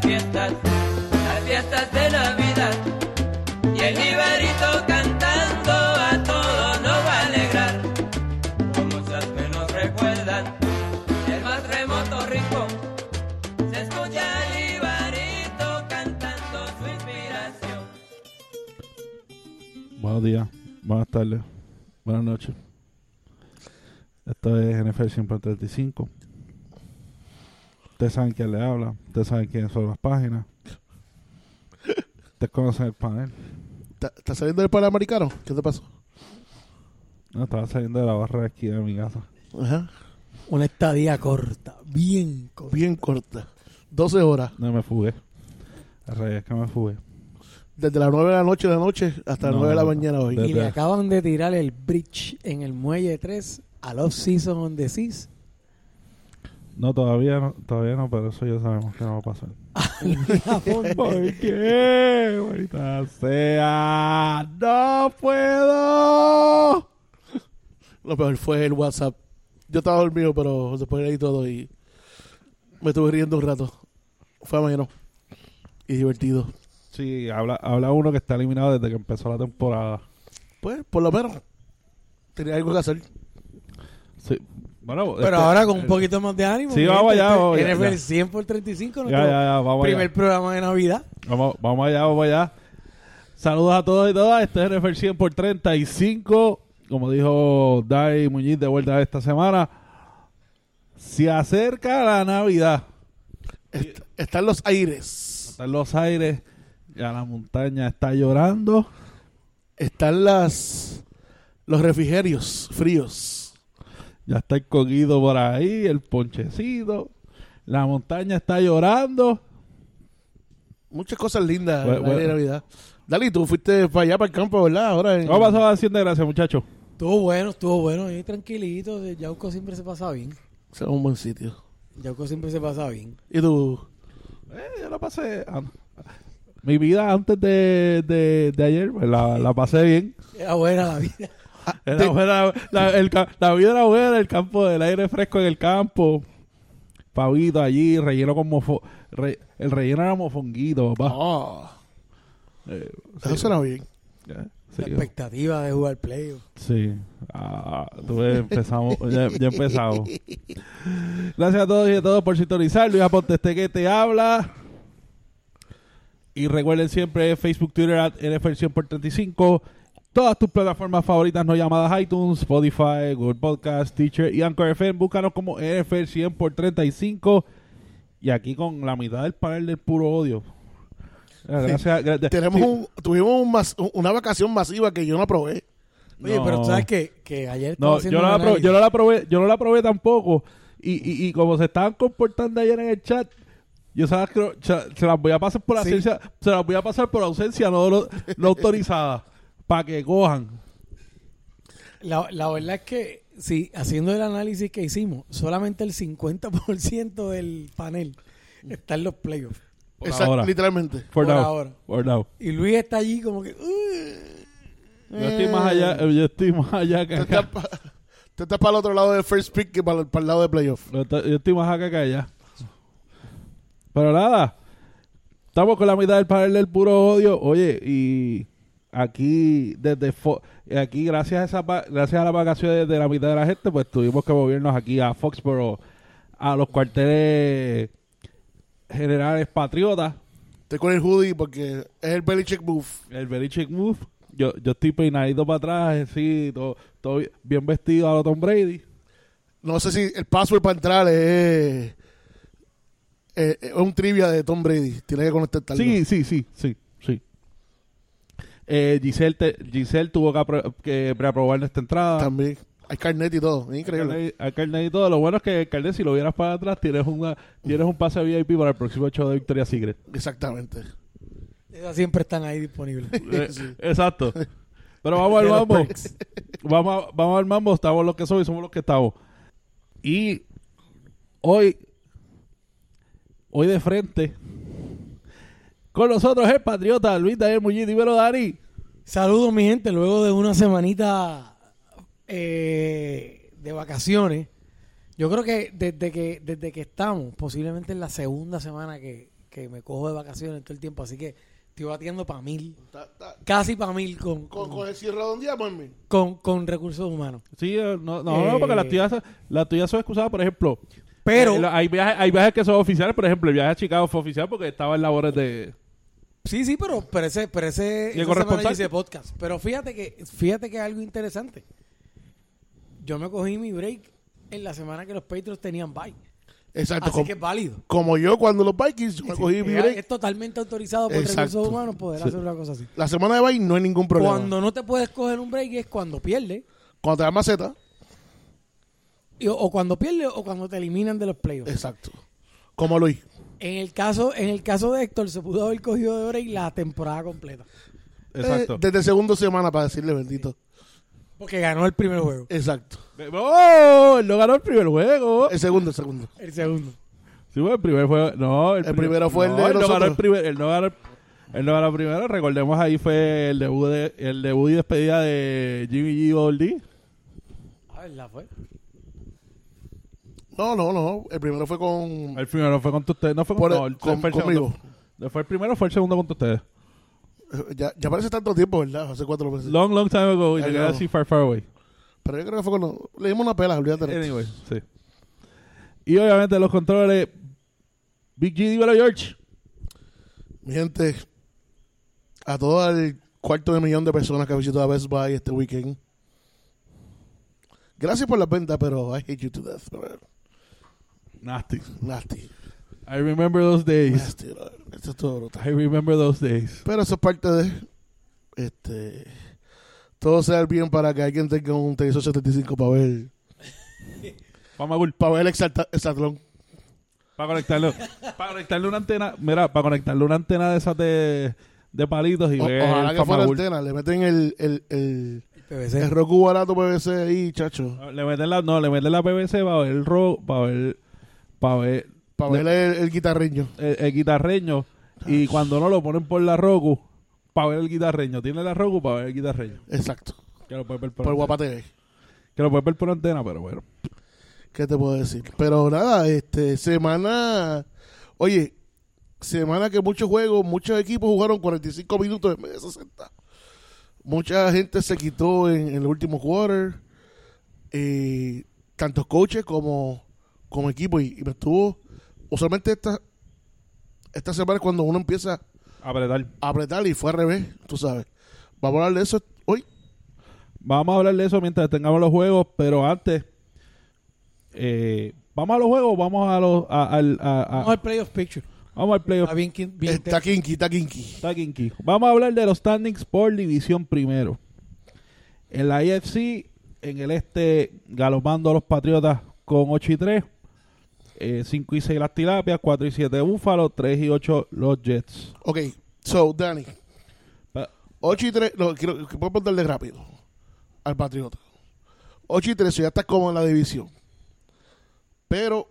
fiestas, las fiestas de Navidad. Y el Iberito cantando a todos nos va a alegrar. Con muchas que nos recuerdan el más remoto rincón. Se escucha el Iberito cantando su inspiración. Buenos días, buenas tardes, buenas noches. Esto es NFL 135. Ustedes saben quién le habla, ustedes saben quiénes son las páginas. Ustedes conocen el panel. ¿Está- ¿Estás saliendo del Panamericano? ¿Qué te pasó? No, estaba saliendo de la barra de aquí de mi casa. Ajá. Una estadía corta, bien corta. Bien corta. 12 horas. No me fugué. La realidad es que me fugué. Desde las 9 de la noche de la noche hasta las No, 9 de la no, mañana hoy. de- Y le Desde- acaban de tirar el bridge en el muelle 3 al off-season on the seas. No, todavía no, todavía no, pero eso ya sabemos que no va a pasar. A fondo. ¿Por qué? Bonita sea. ¡No puedo! Lo peor fue el WhatsApp. Yo estaba dormido, pero después leí todo y me estuve riendo un rato. Fue ameno y divertido. Sí, habla, habla uno que está eliminado desde que empezó la temporada. Pues, por lo menos, tenía algo que hacer. Sí. Bueno, este, Pero ahora con un poquito más de ánimo. Sí, gente, vamos allá, este vamos allá, NFL ya. 100 por 35, Ya, nuestro ya, ya, vamos allá. primer programa de Navidad. Vamos, vamos allá, vamos allá. Saludos a todos y todas. Este es NFL 100 por 35. Como dijo Dai Muñiz de vuelta esta semana. Se acerca la Navidad. Est- están los aires. Están los aires. Ya la montaña está llorando. Están las los refrigerios fríos. Ya está el coquido por ahí. El ponchecito. La montaña está llorando. Muchas cosas lindas Bueno, en la bueno. Navidad. Dali, tú fuiste para allá, para el campo, ¿verdad? Ahora en... ¿Cómo pasó Hacienda de Gracias, muchachos? Estuvo bueno, estuvo bueno. Y tranquilito, Yauco siempre se pasa bien. Es un buen sitio. Yauco siempre se pasa bien. ¿Y tú? Eh, yo la pasé. an- Mi vida antes de, de- de ayer, pues, la, la pasé bien. Era buena la vida. Era Te- buena, la, el ca- la vida era buena, el campo, el aire fresco en el campo. Pavito allí, relleno con mofo. re- el relleno era mofonguito, papá. Oh, Eh, eso suena bien. eh, La sí, expectativa de jugar playoff. sí. Ah, tú ves, empezamos, ya, ya empezamos. Gracias a todos y a todos por sintonizar. Luis Aponte, este que te habla. Y recuerden siempre Facebook, Twitter, at NFL 100 por 35. Todas tus plataformas favoritas no llamadas iTunes, Spotify, Google Podcast, Teacher y Anchor FM. Búscanos como NFL 100 por 35. Y aquí con la mitad del panel del puro odio. Gracias. gra- Tenemos sí. un- tuvimos un mas- una vacación masiva que yo no aprobé. Oye, No. pero tú sabes que, que ayer estaba No, haciendo yo no, un la probé, análisis. yo no la probé, yo no la probé tampoco. Y, y, y como se estaban comportando ayer en el chat, yo se las, creo- se- se las voy a pasar por Sí. ausencia, se las voy a pasar por ausencia no, no- no autorizada, para que cojan. La, la verdad es que, sí, haciendo el análisis que hicimos, solamente el 50% del panel está en los playoffs. Por Exacto, ahora. literalmente. For Por now, ahora. for now. Y Luis está allí como que... "Ugh". Yo estoy más allá, eh, yo estoy más allá que Te acá. estás pa- te estás para el otro lado del first pick que para el, para el lado de playoff. Yo estoy- yo estoy más acá que allá. Pero nada, estamos con la mitad del panel del puro odio. Oye, y aquí, desde Fo- aquí gracias a, esa, va- gracias a la vacación de, de la mitad de la gente, pues tuvimos que movernos aquí a Foxboro, a los cuarteles generales patriotas. Estoy con el hoodie porque es el Belichick move. El Belichick Move. Yo, yo estoy peinadito para atrás, sí, todo, todo bien- bien vestido a lo Tom Brady. No sé si el password para entrar es, eh, es- es un trivia de Tom Brady. Tienes que conectar Sí, sí, sí, sí, sí. Eh, Giselle, te- Giselle tuvo que, apro- que preaprobar esta entrada. También. Hay carnet y todo. Es increíble. Al carnet y todo. Lo bueno es que, Carnet, si lo vieras para atrás, tienes, una, tienes un pase VIP para el próximo show de Victoria Secret. Exactamente. Esas siempre están ahí disponibles. Eh, Sí. Exacto. Pero vamos al De los mambo. perks. Vamos, a- vamos al mambo. Estamos los que somos y somos los que estamos. Y hoy, hoy de frente, con nosotros el patriota Luis Daniel Muñiz. Dímelo, Dani. Saludos, mi gente. Luego de una semanita eh, de vacaciones, yo creo que desde que desde que estamos, posiblemente en la segunda semana que, que me cojo de vacaciones todo el tiempo, así que estoy batiendo para mil, Ta- ta- casi para mil con, Con, con con, el cierre redondeamos en mil. con- con recursos humanos. Sí, eh, no, no, no, Eh. porque las tuyas, las tuyas son excusadas, por ejemplo. Pero, eh, la- hay, viajes, hay viajes que son oficiales, por ejemplo, el viaje a Chicago fue oficial porque estaba en labores Eh, de... sí, sí, pero, pero ese, pero ese, ¿Y el esa semana corresponsal? yo hice podcast. Pero fíjate que, fíjate que es algo interesante. Yo me cogí mi break en la semana que los Patriots tenían bye. Exacto. Así Como, que es válido. como yo cuando los Vikings yo Ah, me cogí mi es, break. es totalmente autorizado por Exacto. recursos humanos poder Sí. hacer una cosa así. La semana de bye no hay ningún problema. Cuando, Cuando no te puedes coger un break es cuando pierdes. te dan maceta. y- o cuando pierdes o cuando te eliminan de los playoffs. Exacto. Como Luis. En el caso, en el caso de Héctor, se pudo haber cogido de break la temporada completa. Exacto. Eh, desde segunda semana para decirle bendito. Porque ganó el primer juego. Exacto. ¡Oh! Él no ganó el primer juego. El segundo, el segundo. El segundo. Sí, bueno, el primer fue. No, el, El prim- primero fue el no, de él no ganó nosotros. el primer, él no ganó el, él no ganó el primero. Recordemos ahí fue el debut, de, el debut y despedida de Jimmy G. Goldie. A ver, la Ah, fue. No, no, no. El primero fue con. El primero fue contra ustedes, no fue con, Por el- no, el- con- fue el conmigo. segundo. No, Fue el primero, fue el segundo contra ustedes. Eh, Ya, ya parece tanto tiempo, ¿verdad? Hace cuatro meses. Long, long time ago. Y I te know. quedas así far, far away. Pero yo creo que fue cuando. Le dimos una pela, olvídate. Anyway, sí. Y obviamente los controles. Big G, dímelo, George. Mi gente, a todo el cuarto de millón de personas que visitó a Best Buy este weekend, gracias por la venta, pero I hate you to death, brother. Nasty. Nasty. I remember those days. Nasty, brother. Esto es todo brutal. I remember those days. Pero eso es parte de. Este. Todo sea bien para que alguien tenga un televisor 75 para ver. Vamos a gol. Para ver el exalta- exatlón. Para conectarlo. para conectarle una antena. Mira, para conectarle una antena de esas de, de palitos y O- ver. ojalá que fuera Famagul. antena. Le meten el, el, el, El el PVC. Roku barato PVC ahí, chacho. Le meten la, no, le meten la PVC para ver el rock, para ver, para ver Para Le- ver el, el guitarreño. el, el guitarreño. Y cuando no lo ponen por la Roku, para ver el guitarreño. Tiene la Roku para ver el guitarreño. Exacto. Que lo puedes ver por, Por antena. Guapa TV. Que lo puedes ver por antena, pero bueno. ¿Qué te puedo decir? Pero nada, este, semana. Oye, semana que muchos juegos, muchos equipos jugaron 45 minutos en vez de 60. Mucha gente se quitó en, en el último quarter. eh, tantos coaches como, como equipo. Y, y me estuvo. Usualmente esta, esta semana es cuando uno empieza Apretar. a apretar y fue al revés, tú sabes. Vamos a hablar de eso hoy. Vamos a hablar de eso mientras tengamos los juegos, pero antes. eh, ¿Vamos a los juegos o vamos a los. a- al- a- a- Vamos al playoff picture. vamos al playoff? Ah. Está bien, quin- bien Está ten- Kinky, está Kinky. Está Kinky. Vamos a hablar de los standings por división primero. En la IFC, en el este, galopando a los Patriotas con 8 y 3. 5 y 6 las Tilapias, 4 y 7 Búfalo, 3 y 8 los Jets. Ok, so, Danny. Pa- 8 y 3, no, quiero, puedo preguntarle rápido al Patriota. 8 y 3, ya estás como en la división. Pero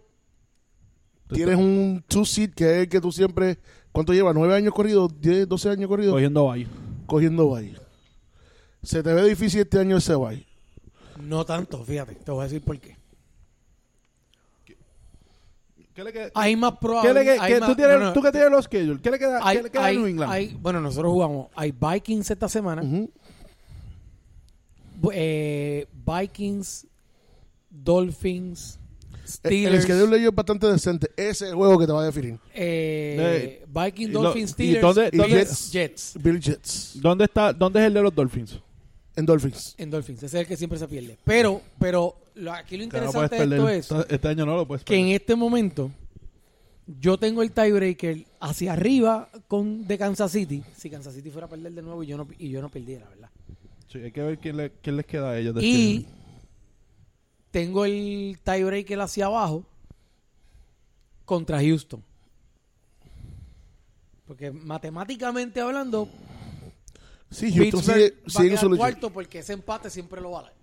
tienes un two seat que es el que tú siempre. ¿Cuánto llevas? ¿9 años corridos? ¿10, 12 años corridos? Cogiendo bye. Cogiendo bye. Se te ve difícil este año ese bye. No tanto, fíjate. Te voy a decir por qué. ¿Qué le queda? Hay más ¿Qué le probabilidades. queda? ¿Qué- tú, tienes, tú que tienes los schedule, ¿qué le queda, qué le queda a New England? bueno, nosotros jugamos. Hay Vikings esta semana. Ujú. Bu- eh, Vikings, Dolphins, El- Steelers. El schedule de ellos es bastante decente. Ese es el juego que te va a definir. eh, Vikings, y lo- Dolphins, y Steelers dónde- y dónde- Jets. Jets. Bill Jets ¿Dónde, está, ¿Dónde es el de los Dolphins? en Dolphins. En Dolphins. Ese es el que siempre se pierde. Pero, pero lo- aquí Que lo no interesante puedes de perder. esto es Este- Este año no lo puedes que en perder. este momento yo tengo el tiebreaker hacia arriba con de Kansas City. Si Kansas City fuera a perder de nuevo y yo no, y yo no perdiera, ¿verdad? Sí, hay que ver quién, le- quién les queda a ellos. de Y este- tengo el tiebreaker hacia abajo contra Houston. Porque matemáticamente hablando, Sí, Houston sigue, Pittsburgh sigue en va a su quedar lucha. cuarto porque ese empate siempre lo va a dar.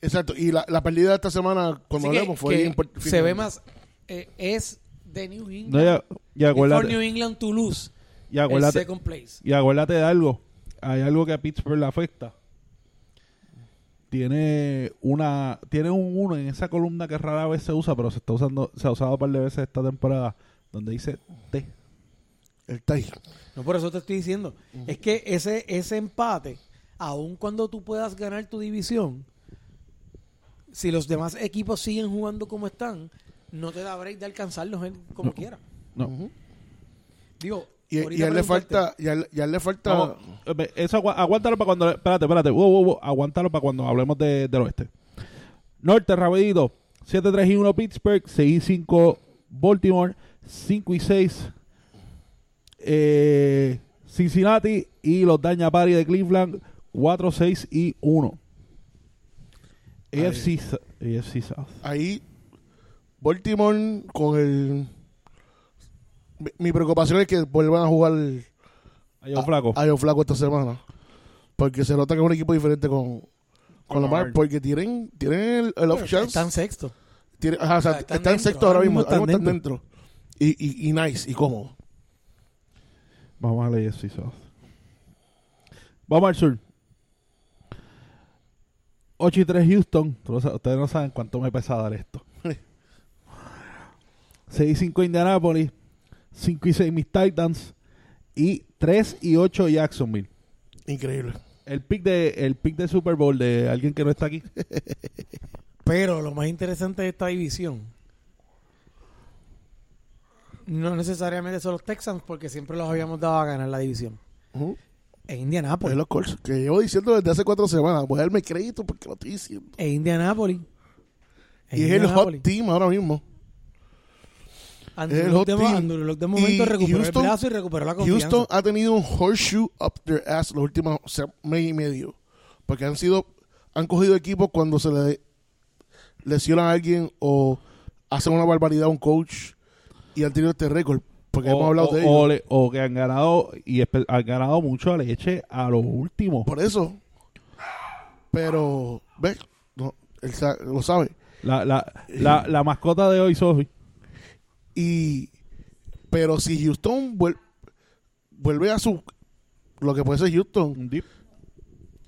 Exacto, y la, la pérdida de esta semana, cuando Así que- hablemos, fue que bien por- se ve más eh, es de New England. No, ya, ya Es for acuérdate. New England to lose Y el acuérdate, second place. y acuérdate de algo. Hay algo que a Pittsburgh le afecta. Tiene una tiene un 1 en esa columna que rara vez se usa, pero se está usando se ha usado un par de veces esta temporada. donde dice T. El tie. No, por eso te estoy diciendo. Es que ese, ese empate, aun cuando tú puedas ganar tu división, si los demás equipos siguen jugando como están, no te da break de alcanzarlos en- como No. quiera. No. Digo, Y, ahorita y a él le preguntarte, falta, y a él, y a él le falta. Vamos, eh, eso agua- aguántalo para cuando. Espérate, espérate. Wow, wow, wow. aguántalo para cuando hablemos de- del oeste. Norte, rapidito. 7-3 y 1 Pittsburgh. 6 y 5 Baltimore. 5 y 6 eh, Cincinnati. Y los Daña Party de Cleveland. 4, 6 y 1. AFC, Sa- AFC South. Ahí, Baltimore con el. Mi, mi preocupación es que vuelvan a jugar Ahí Ah. un flaco. a los flacos esta semana. Porque se nota que es un equipo diferente con, con Lamar, Lamar. Porque tienen, tienen el, el off chance. Están sexto. Tiene- ajá, o sea, O sea, Ah, están, están en dentro, sexto ahora mismo, ahora mismo están están dentro. Y, y, y nice, y cómodo. Vamos a la AFC South. Vamos al sur. 8 y 3 Houston. Tú no sa- Ustedes no saben cuánto me pesa dar esto. 6 y 5 Indianapolis. 5 y 6 mis Titans. Y 3 y 8 Jacksonville. Increíble. El pick de el pick de Super Bowl de alguien que no está aquí. Pero lo más interesante de esta división no necesariamente son los Texans, porque siempre los habíamos dado a ganar la división. Ujú. E Pues Indianapolis. los Colts, que llevo diciendo desde hace cuatro semanas. Voy a darme crédito porque lo estoy diciendo. E Indianapolis. E Y es el hot Indianapolis. team ahora mismo. Andrew es el Luck hot de, team. Andrew Luck de momento Y recuperó Houston- el brazo y recuperó la confianza. Houston ha tenido un horseshoe up their ass los últimos se- mes y medio. Porque han sido, han cogido equipos cuando se le lesiona a alguien o hacen una barbaridad a un coach y han tenido este récord. Porque hemos hablado o, de o ellos. le- o que han ganado y espe- han ganado mucho a leche a lo último. Por eso. Pero, ¿ves? No, él sa- lo sabe. La, la, la, la mascota de hoy, Sophie. Y pero si Houston vuel- vuelve a su lo que puede ser Houston, Un dip.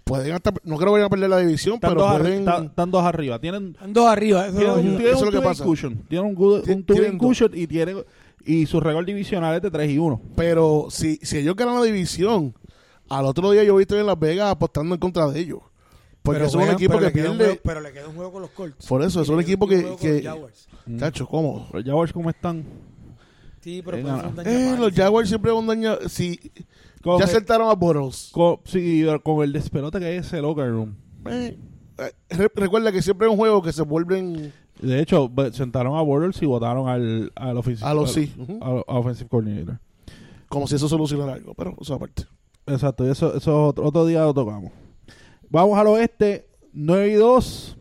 pueden hasta no creo que vayan a perder la división, Están, pero dos, arri- pueden están- están dos arriba. Tienen, Están dos arriba. eso tienen, los- un- eso tienen es un lo que two-game pasa. cushión. Tienen un, good- Ti- un two-game tienen dos. cushion y, tienen, y su récord divisional es de 3 y 1. pero si, si ellos ganan la división, al otro día yo vi en Las Vegas apostando en contra de ellos. Porque pero son un juegan- equipo pero que le queda un pierde juego- pero le queda un juego con los Colts. Por eso, Y es le un queda equipo que- juego con que- los Jaguars. Chacho, ¿cómo? Los Jaguars, Pues ¿cómo están? Sí, pero Eh, puede no, ser un no. daño Eh, para los ellos. Jaguars siempre van daño si Con, ya el- sentaron a Boros. con- sí, con el despelote que es el locker room. Eh, eh, re- recuerda que siempre es un juego que se vuelven De hecho, ve- sentaron a Borders y votaron al, al, offensive, a los al- sí, Ah. ujú, al offensive coordinator. como si eso solucionara algo, pero eso aparte. Exacto, y eso, eso otro, otro día lo tocamos. Vamos al oeste, 9 y 2,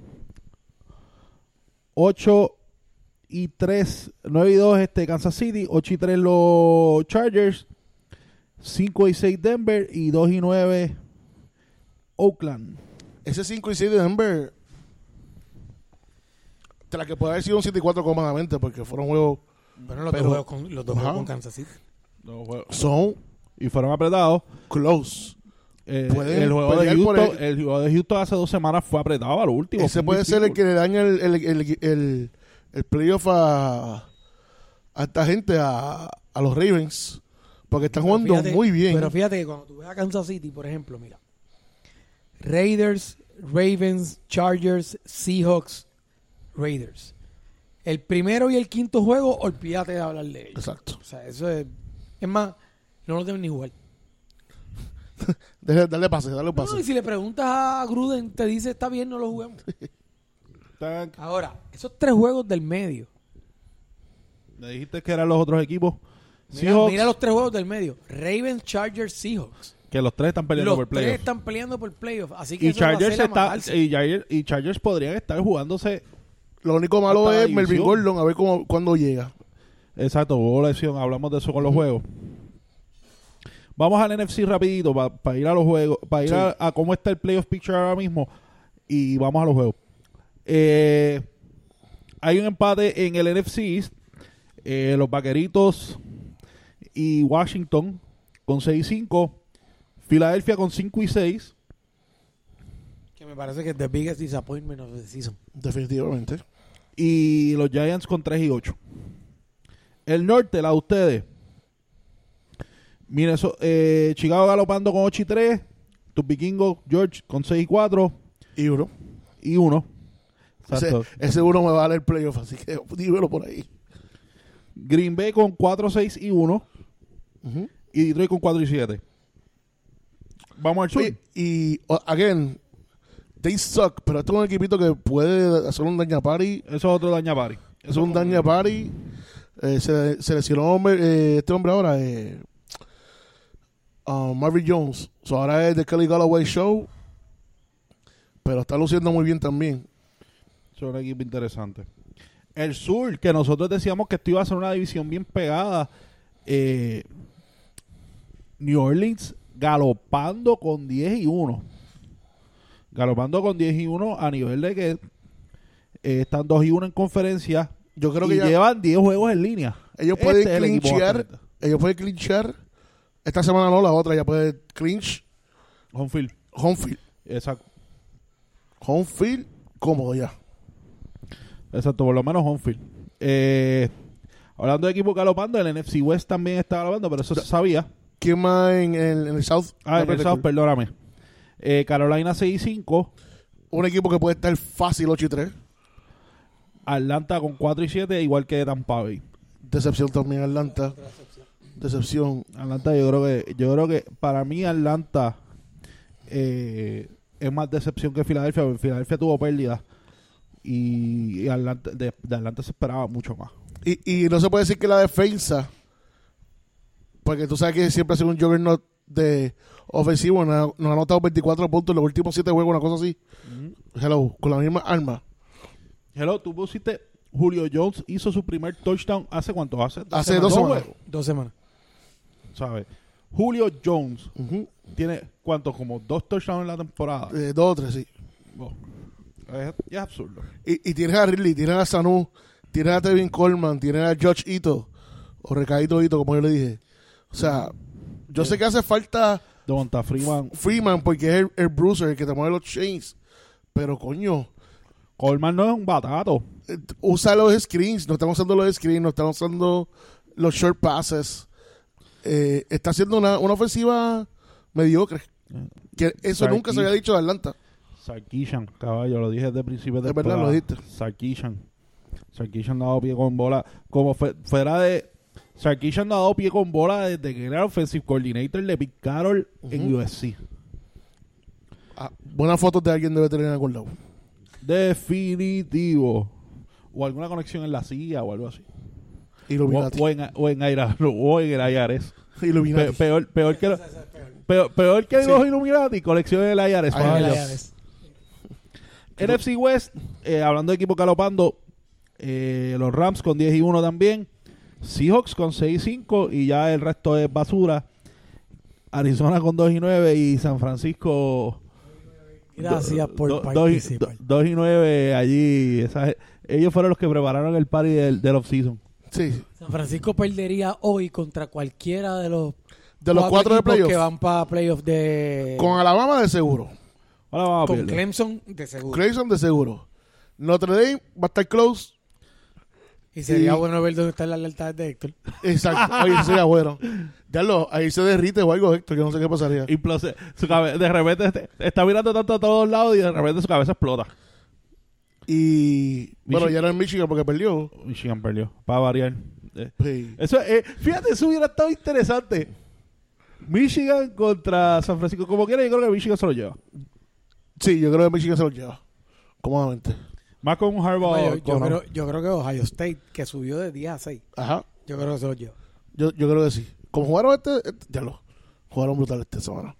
8 y 3, 9 y 2 este Kansas City, 8 y 3 los Chargers, 5 y 6 Denver y 2 y 9 Oakland. Ese 5 y 6 de Denver, tras que puede haber sido un 7 y 4 cómodamente, porque fueron juegos. Bueno, los pero- dos juegos con, los dos Ajá. juegos con Kansas City. Son Y fueron apretados. close. Eh, Pueden el, juego de pelear por Houston, el- el juego de Houston hace dos semanas fue apretado al último. Ese fue un puede ser el discípulo. que le daña el, el, el, el- el playoff a, a esta gente, a, a los Ravens, porque están jugando Pero fíjate- muy bien. Pero fíjate que cuando tú ves a Kansas City, por ejemplo, mira. Raiders, Ravens, Chargers, Seahawks, Raiders. El primero y el quinto juego, olvídate de hablar de ellos. Exacto. O sea, eso es... Es más, no lo deben ni jugar. Deje- dale pase, dale pase. No, y si le preguntas a Gruden, te dice, está bien, no lo juguemos. Ahora, esos tres juegos del medio. Me dijiste que eran los otros equipos. Mira, Seahawks, mira los tres juegos del medio. Ravens, Chargers, Seahawks. que los tres están peleando Los por tres playoffs. están peleando por playoff. Así que y eso va a Chargers ser a está eh, matarse. y Chargers, y Chargers podrían estar jugándose Lo único malo Hasta la es Melvin división. Gordon, a ver cómo, cuándo llega. exacto hubo lesión hablamos de eso con los juegos vamos al NFC rapidito para ir a los juegos para ir Sí. a, a cómo está el playoff picture ahora mismo y vamos a los juegos Eh, hay un empate en el NFC East Eh, los vaqueritos y Washington con 6 y 5 Filadelfia con 5 y 6 Que me parece que es the biggest disappointment of the season. Definitivamente. y los Giants con 3 y 8. El norte, la de ustedes. Mira, eso, eh, Chicago galopando con 8 y 3. Tus vikingos, George, con 6 y 4 Y uno. y 1. Ese, Exacto. ese uno me va a dar el playoff, así que dímelo por ahí. Green Bay con 4, 6 y 1. Ujú. Y Detroit con 4 y 7. Vamos al sur. Oye, y, o- again, they suck, pero este es un equipito que puede hacer un daña party. Eso es otro daña party. Es un daña party. Eh, se, se lesionó hombre, eh, este hombre ahora, eh, ah, Marvin Jones. So ahora es de Kelly Galloway Show, pero está luciendo muy bien también. Es un equipo interesante. El sur, que nosotros decíamos que esto iba a ser una división bien pegada. eh, New Orleans galopando con 10 y 1. Galopando con 10 y 1 a nivel de que eh, están 2 y 1 en conferencia. Yo creo y que ya llevan 10 juegos en línea. ellos Este pueden es el equipo clinchear. bastante. Ellos pueden clinchear. Esta semana no, la otra ya puede clinch. Home field. Home field. Exacto. Home field cómodo ya. Exacto, por lo menos home field. Eh, hablando de equipo galopando, el NFC West también está galopando, pero eso se sabía. ¿Quién más en el, en el South? Ah, el Espérate, South, perdóname. Eh, Carolina 6 y 5, Un equipo que puede estar fácil 8 y 3. Atlanta con 4 y 7, igual que Tampa Bay. Decepción también Atlanta. Decepción. Atlanta yo creo que yo creo que para mí Atlanta eh, es más decepción que Filadelfia, porque Filadelfia tuvo pérdida y, y Atlanta, de, de Atlanta se esperaba mucho más. Y, y no se puede decir que la defensa, porque tú sabes que siempre ha sido un juggernaut de ofensivo, nos ha, nos ha anotado 24 puntos en los últimos 7 juegos, una cosa así. Hello, con la misma arma. Hello, tú pusiste Julio Jones hizo su primer touchdown hace cuánto hace Hace dos semanas. güey? Dos semanas. pues, ¿sabes? Julio Jones Ujú. tiene cuántos como dos touchdowns en la temporada. Eh, dos o tres, sí. Oh. Es, es absurdo. Y, y tienes a Ridley, tienes a Sanu, tienes a Tevin Coleman, tienes a George Ito, o Recaíto Ito, como yo le dije. O sea, yo sé que hace falta Donta Freeman, Freeman porque es el, el Bruiser, el que te mueve los chains. Pero coño, Coleman no es un batato. eh, usa los screens, no están usando los screens, no están usando los short passes. Eh, está haciendo una, una ofensiva mediocre. Que eso Sarkis. nunca se había dicho de Atlanta. Sarkishan, caballo, lo dije desde el principio de Es verdad, lo dijiste. Sarkishan. Sarkishan no ha dado pie con bola. Como fue- fuera de. Sarkishan no ha dado pie con bola desde que era offensive coordinator de Pete Carroll en USC. Ah, buenas fotos de alguien debe tener en algún lado. Definitivo. O alguna conexión en la silla o algo así. O, Illuminati. o en, o, en Aira- o en el IRS. Pe- Illuminati. peor, peor que lo- peor, peor que los Illuminati, colección del IRS. Ay, caballo. Dios. Ya ves. NFC West, eh, hablando de equipo galopando, eh, los Rams con 10 y 1 también, Seahawks con 6 y 5 y ya el resto es basura. Arizona con 2 y 9 y San Francisco Gracias por do- dos y- do- participar. 2 y 9 allí. esa- ellos fueron los que prepararon el party del, del off-season. Sí. San Francisco perdería hoy contra cualquiera de los De los cuatro de equipos playoff. que van para playoffs de Con Alabama de seguro. Ahora vamos a con verlo. Clemson de seguro. Clemson de seguro. Notre Dame va a estar close. y sería y- bueno ver dónde están las lealtades de Héctor. Exacto. Oye, eso sería bueno. Ya lo, ahí se derrite o algo, Héctor, que no sé qué pasaría. Implose- su cabe- de repente este- está mirando tanto a todos lados y de repente su cabeza explota. Y bueno, Michi- ya era en Michigan porque perdió. Michigan perdió, para variar. Eh, Sí. Eso, eh, fíjate, eso hubiera estado interesante. Michigan contra San Francisco. Como quiera, yo creo que Michigan se lo lleva. Sí, yo creo que Michigan se lo lleva. Cómodamente. Más con un Yo, Harbaugh. yo con- creo, yo creo que Ohio State, que subió de 10 a 6, Ajá. yo creo que se lo lleva. Yo, yo creo que sí. Como jugaron este, este- ya lo. Jugaron brutal esta semana.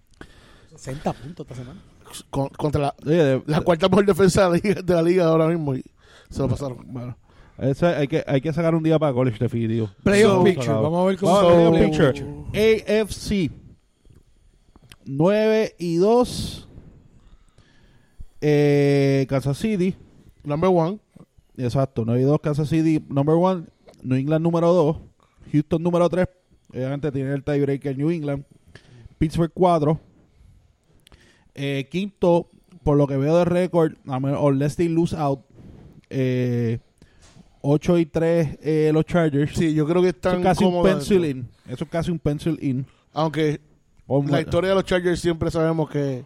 60 puntos esta semana. Con- contra la, Oye, de- la cuarta mejor defensa de la, liga, de la liga ahora mismo. Y se lo pasaron. bueno, eso hay, que, hay que sacar un día para college definitivo. Ah. Playoff So- picture. Vamos a ver cómo Vamos sale a el ver playoff picture. picture. AFC 9 y 2. Eh, Kansas City. Number one. Exacto, 9 y 2, Kansas City number 1, New England número 2, Houston número 3, obviamente tiene el tiebreaker New England, Pittsburgh 4, eh, quinto, por lo que veo de récord, a menos- unless they lose out, eh, 8 y 3 eh, los Chargers. Sí, yo creo que Eso están es casi un cómodos pencil dentro. in. Eso es casi un pencil in. Aunque O la mu- historia de los Chargers siempre sabemos que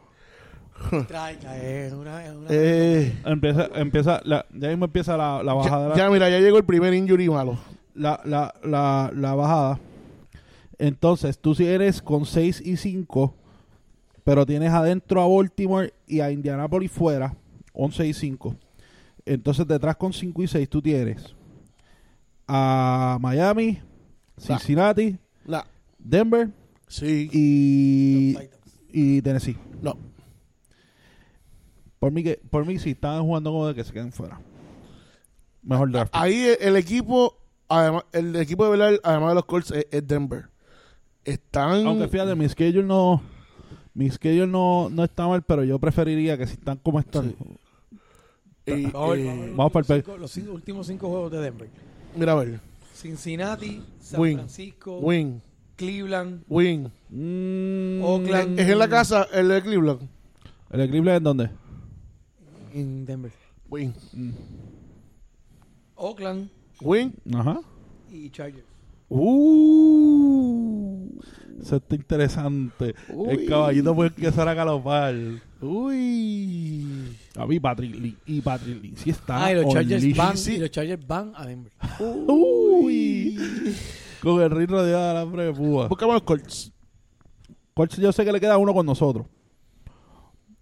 Trae, trae, es una- es una- eh, Empieza, empieza la- ya mismo empieza la, la bajada. de ya, la- ya, mira, ya llegó el primer injury malo. la, la, la, la bajada. Entonces, tú si eres con 6 y 5, pero tienes adentro a Baltimore y a Indianapolis fuera, 11 y 5. Entonces, detrás con 5 y 6, tú tienes a Miami, Cincinnati, Nah, Denver sí, y, Los Titans. y Tennessee. no. Por mí, que, por mí, si están jugando como de que se queden fuera. Mejor draft. Ahí e, el- el equipo, además, el equipo de Velar, además de los Colts, es, es Denver. Están. Aunque fíjate, mi schedule no. Mi schedule no, no está mal, pero yo preferiría que si están como están. y- eh, Vamos, a ver, y- vamos a ver vamos los para el cinco- Los cinco- últimos cinco juegos de Denver. mira, a ver. Cincinnati, San Win. Francisco, Win, Cleveland, win. Mm, Oakland. ¿Es en la casa el de Cleveland? ¿El de Cleveland en dónde? En Denver. Win, Oakland win. Ajá. y Chargers. Uh, eso está interesante. Uy. El caballito puede empezar a galopar. Uy. A mí, Patrick Lee. Y Patrick Lee. Sí está. Ah, y los on Chargers leash. van, Sí. y los Chargers van a Denver. Uy. Con el ritmo de alambre de púa. Buscamos los Colts. Colts, yo sé que le queda uno con nosotros.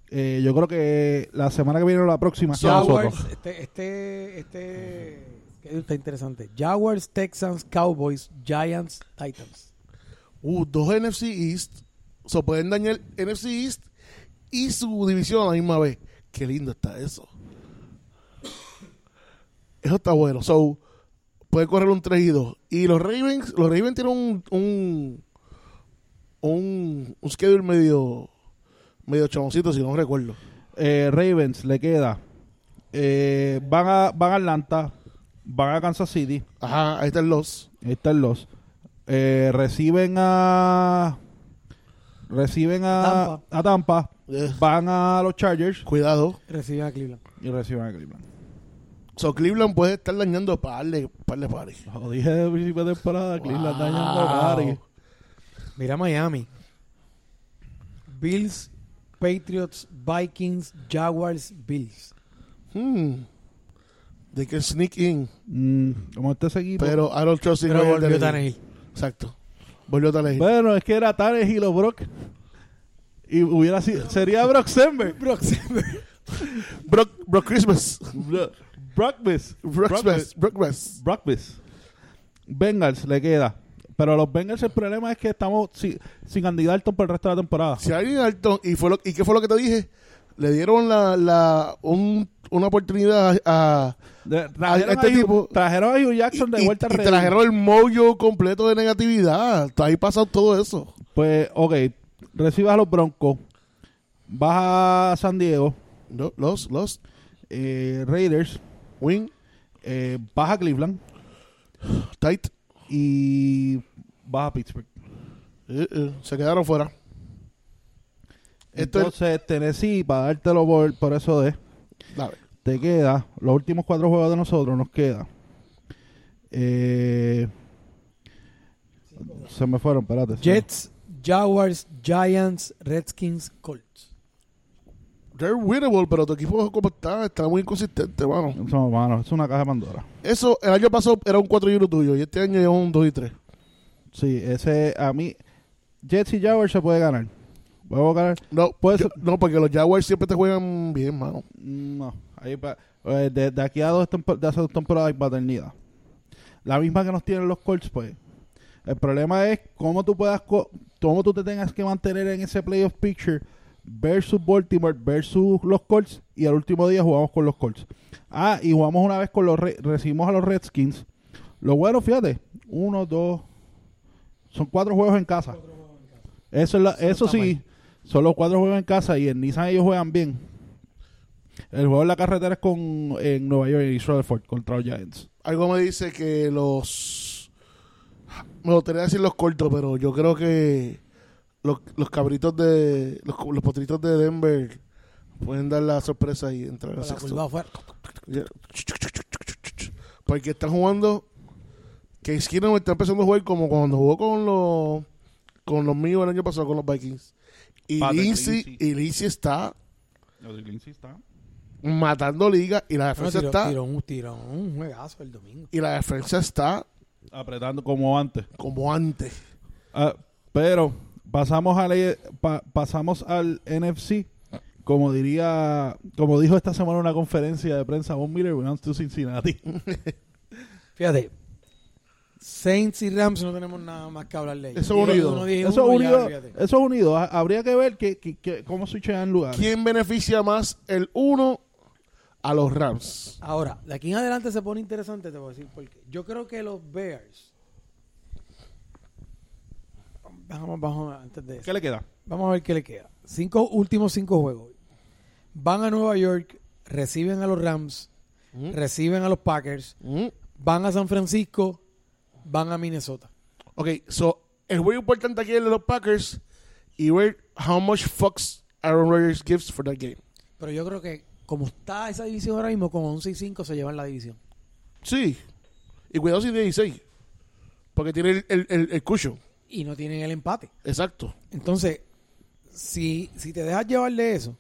Eh, yo creo que la semana que viene o la próxima son Jaguars, nosotros. este, este, este, que está interesante. Jaguars, Texans, Cowboys, Giants, Titans. Uh, dos NFC East. O sea, pueden dañar NFC East y su división a la misma vez. Qué lindo está eso. Eso está bueno. So, puede correr un 3 y 2. Y los Ravens, los Ravens tienen un un, un, un schedule medio medio chaboncito, si no recuerdo. Eh, Ravens le queda. eh, van, a, van a Atlanta. Van a Kansas City. Ajá, ahí están los. Ahí están los. Eh, reciben a. Reciben a Tampa. a Tampa. Eh, Van a los Chargers. Cuidado. Reciben a Cleveland. Y reciben a Cleveland. So, Cleveland puede estar dañando para darle, para darle Lo dije de principio de temporada. Cleveland dañando a Gary. Mira Miami. Bills, Patriots, Vikings, Jaguars, Bills. Hmm. They can sneak in. Mm, como este equipo. Pero I don't trust Pero Israel Tannehill. volvió Tannehill. Exacto. Volvió Tannehill. Bueno, es que era Tares y los Brock. Y hubiera sido. Sería Brock Sember. Brock, Brock Christmas. Bro- Brockbus. Brockmas. Brockmas. Brockbus. Bengals le queda. Pero los Bengals el problema es que estamos sin, sin Andy Dalton por el resto de la temporada. Si alguien Dalton, y, fue lo, ¿y qué fue lo que te dije? Le dieron la, la, un, una oportunidad a... De- trajeron, este a Hugh, tipo- trajeron a Hugh Jackson de y, vuelta y al redil. trajeron el mojo completo de negatividad. Está ahí pasado todo eso. Pues, ok. Recibas a los Broncos. Vas a San Diego. No, los, los, eh, Raiders. win, eh, vas a Cleveland. tight. Y vas a Pittsburgh. Eh, eh, se quedaron fuera. Esto Entonces, Tennessee, para dártelo por, por eso de, es... Dale. te queda, los últimos cuatro juegos de nosotros nos queda. eh, se me fueron, espérate. se- Jets, Jaguars, Giants, Redskins, Colts. They're winnable, pero tu equipo como está, está muy inconsistente, mano. No, mano, es una caja de Pandora. Eso, el año pasado era un 4 y 1 tuyo, y este año es un 2 y 3. Sí, ese, a mí, Jets y Jaguars se puede ganar. ¿Puedo ganar? No, pues, Puede yo- ser- no, porque los Jaguars siempre te juegan bien, mano. No, ahí pa- eh, de, de aquí a dos, tempo- de hace dos temporadas hay paternidad. La misma que nos tienen los Colts, pues. El problema es cómo tú puedas, co- cómo tú te tengas que mantener en ese playoff picture versus Baltimore, versus los Colts, y al último día jugamos con los Colts. Ah, y jugamos una vez con los, Re- recibimos a los Redskins. Lo bueno, fíjate, uno, dos, son cuatro juegos en casa. Eso, es la- eso está sí, son los cuatro juegos en casa y en Nissan ellos juegan bien. El juego en la carretera es con en Nueva York y Rutherford contra los Giants. Algo me dice que los. Me gustaría decir los cortos, pero yo creo que los, los cabritos de. Los, los potritos de Denver pueden dar la sorpresa y entrar Con al la sexto. curva afuera. Ya. Porque están jugando. Que Skinner está empezando a jugar como cuando jugó con los con los míos el año pasado, con los Vikings. Y Patrick Lindsey, Lindsey. y Lindsey está Lo de Lindsay está. matando liga y la Bueno, defensa tiró, está tiró un, tiró un juegazo el domingo. y la defensa está apretando como antes. como antes. Ah, pero pasamos al, eh, pa- pasamos al NFC. Como diría, como dijo esta semana en una conferencia de prensa, Von Miller went to Cincinnati. Fíjate, Saints y Rams no tenemos nada más que hablar de ellos. Eso es unido. Uno, diez, Eso uno, ya, unido, fíjate. eso unido. Ha- Habría que ver que, que- que- cómo switchean lugares. ¿Quién beneficia más el 1 a los Rams? Ahora, de aquí en adelante se pone interesante, te voy a decir por qué. Yo creo que los Bears. Vamos, vamos antes de eso. ¿Qué le queda? Vamos a ver qué le queda. Cinco últimos cinco juegos. Van a Nueva York, reciben a los Rams, reciben a los Packers, ¿Mm? van a San Francisco, van a Minnesota. Ok, so es muy importante aquí el de los Packers y ver how much fucks Aaron Rodgers gives for that game. Pero yo creo que como está esa división ahora mismo, con 11 y 5 se llevan la división. Sí. Y cuidado si 16. Porque tiene el, el, el, el cushion. Y no tienen el empate. Exacto. Entonces, si, si te dejas llevar de eso,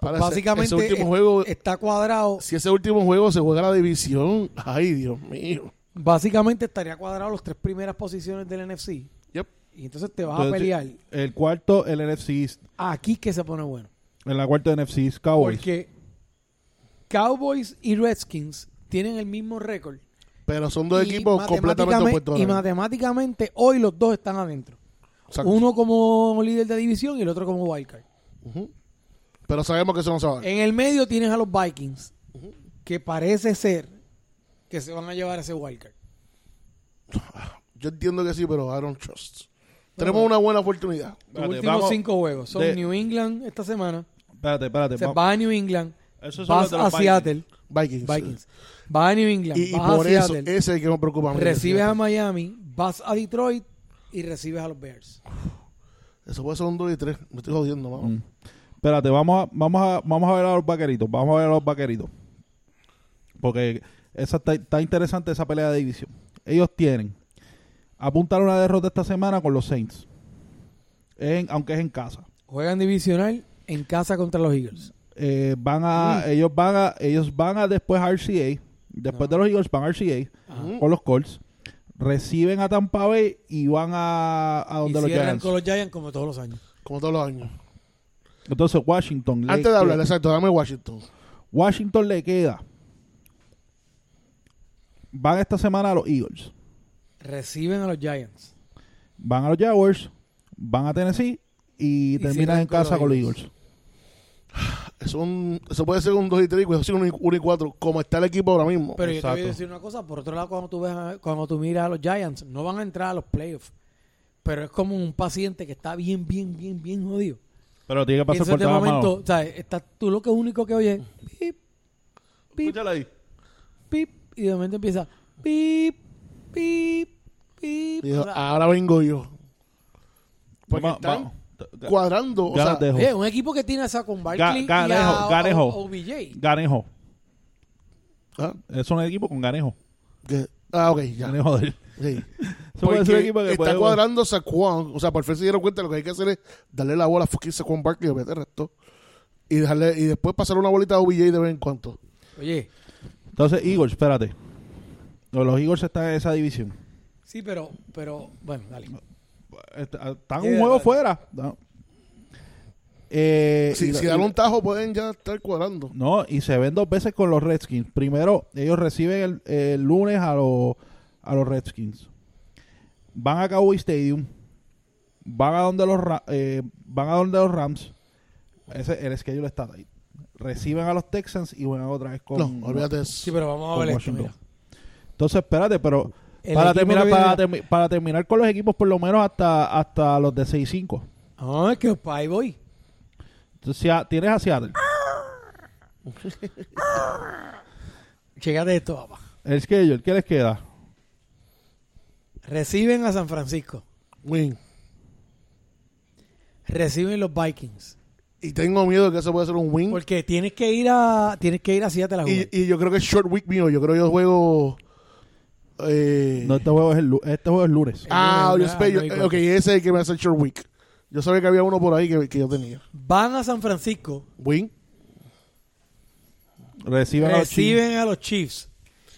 Ahora, ese- básicamente Ese último es- juego, está cuadrado. si ese último juego se juega la división, ay, Dios mío. Básicamente estaría cuadrado las tres primeras posiciones del NFC. Yep. Y entonces te vas a Entonces, pelear. El cuarto, el NFC East. Aquí que se pone bueno. En la cuarta NFC East, Cowboys. Porque Cowboys y Redskins tienen el mismo récord. Pero son dos Y equipos completamente matemáticamente- opuestos. Y ahora mismo. matemáticamente hoy los dos están adentro. Exacto. Uno como líder de división y el otro como wildcard. Ujú. Pero sabemos que eso no se va a dar. En el medio tienes a los Vikings, que parece ser que se van a llevar ese wildcard. Yo entiendo que sí, pero I don't trust. Tenemos una buena oportunidad. Los Espérate, últimos vamos- cinco juegos son de- New England esta semana. Espérate, espérate. Se vamos. va a New England, Esos son los vas de los a Seattle, Vikings. Vikings, vas a New England, Y, y vas por a eso, Seattle, ese es el que me preocupa. a mí. recibes a Miami, vas a Detroit y recibes a los Bears. Eso puede ser un 2 y 3. Me estoy jodiendo, mamá. Mm. Espérate, vamos a, vamos, a, vamos a ver a los vaqueritos. Vamos a ver a los vaqueritos. Porque esa está, está interesante esa pelea de división. Ellos tienen. Apuntaron una derrota esta semana con los Saints. En- aunque es en casa. Juegan divisional en casa contra los Eagles. Eh, van a, ellos van a, ellos van a después a RCA. Después de los Eagles van a RCA Ajá. con los Colts. Reciben a Tampa Bay y van a, a Y donde los cierran Giants. con los Giants como todos los años. Como todos los años. Entonces Washington. le- Antes de hablar, exacto, dame Washington. Washington le queda. Van esta semana a los Eagles. Reciben a los Giants. Van a los Jaguars. Van a Tennessee. Y, Y terminan cierran en con casa los con los Eagles. Eagles. Eso, un- eso puede ser un 2 y 3, puede ser un 1 y 4, como está el equipo ahora mismo. Pero yo te voy Exacto. a decir una cosa, por otro lado, cuando tú ves a- cuando tú miras a los Giants, no van a entrar a los playoffs. Pero es como un paciente que está bien, bien, bien, bien jodido. Pero tiene que Y pasar entonces por de todas las momento, manos. o sea, está, tú lo que único que oyes, pip, pip, ahí. pip, y de momento empieza, pip, pip, pip. Dijo, O sea, ahora vengo yo. Porque Va- están va- ga- cuadrando. O sea, ganas de- oye, un equipo que tiene a Saquon Ga- Barkley y a, Ganejo, a- Ganejo. a OBJ. Ganejo. ¿ah? Es un equipo con ganejo. que- ah, ok, ya. Ganejo de él. Sí. Eso puede ser un Porque equipo que está puede- cuadrando Saquon. O sea, por fin se dieron cuenta lo que hay que hacer es darle la bola a fucking Saquon Barkley y meter resto. Y, dejarle, y después pasar una bolita a OBJ de vez en cuando. Oye, Entonces, Eagles, espérate. No, Los Eagles están en esa división. sí, pero, pero, bueno, dale. Est- Están Sí, un juego verdad. fuera. No. Eh, y Si, la- si y dan la- un tajo, pueden ya estar cuadrando. No, y se ven dos veces con los Redskins. Primero, ellos reciben el, el lunes a, los a los Redskins. Van a Cowboy Stadium. Van a donde los, Ra- eh, van a donde los Rams. Ese, el schedule está ahí. Reciben a los Texans y van otra vez con... no, olvídate de eso. Sí, pero vamos a con ver esto, Washington. mira. Entonces, espérate, pero... El Para equipo terminar, que para, viene- termi- para terminar con los equipos, por lo menos hasta, hasta los de 6-5. Ah, es que pa' ahí voy. Entonces, si a- tienes a Seattle. Chécate esto, papá. El schedule, ¿qué les queda? Reciben a San Francisco. Win. Reciben los Vikings. Y tengo miedo de que eso pueda ser un win. Porque tienes que ir a tienes que ir a Seattle Ah, a jugar. Y, y yo creo que es short week mío. Yo creo que yo juego. Eh, No, este juego es, el, lu- este juego es lunes. ah, Ah, yo espero. no hay ok, ese es el que me hace el short week. Yo sabía que había uno por ahí que, que yo tenía. Van a San Francisco, Win. Reciban a los Chiefs. reciben a los Chiefs.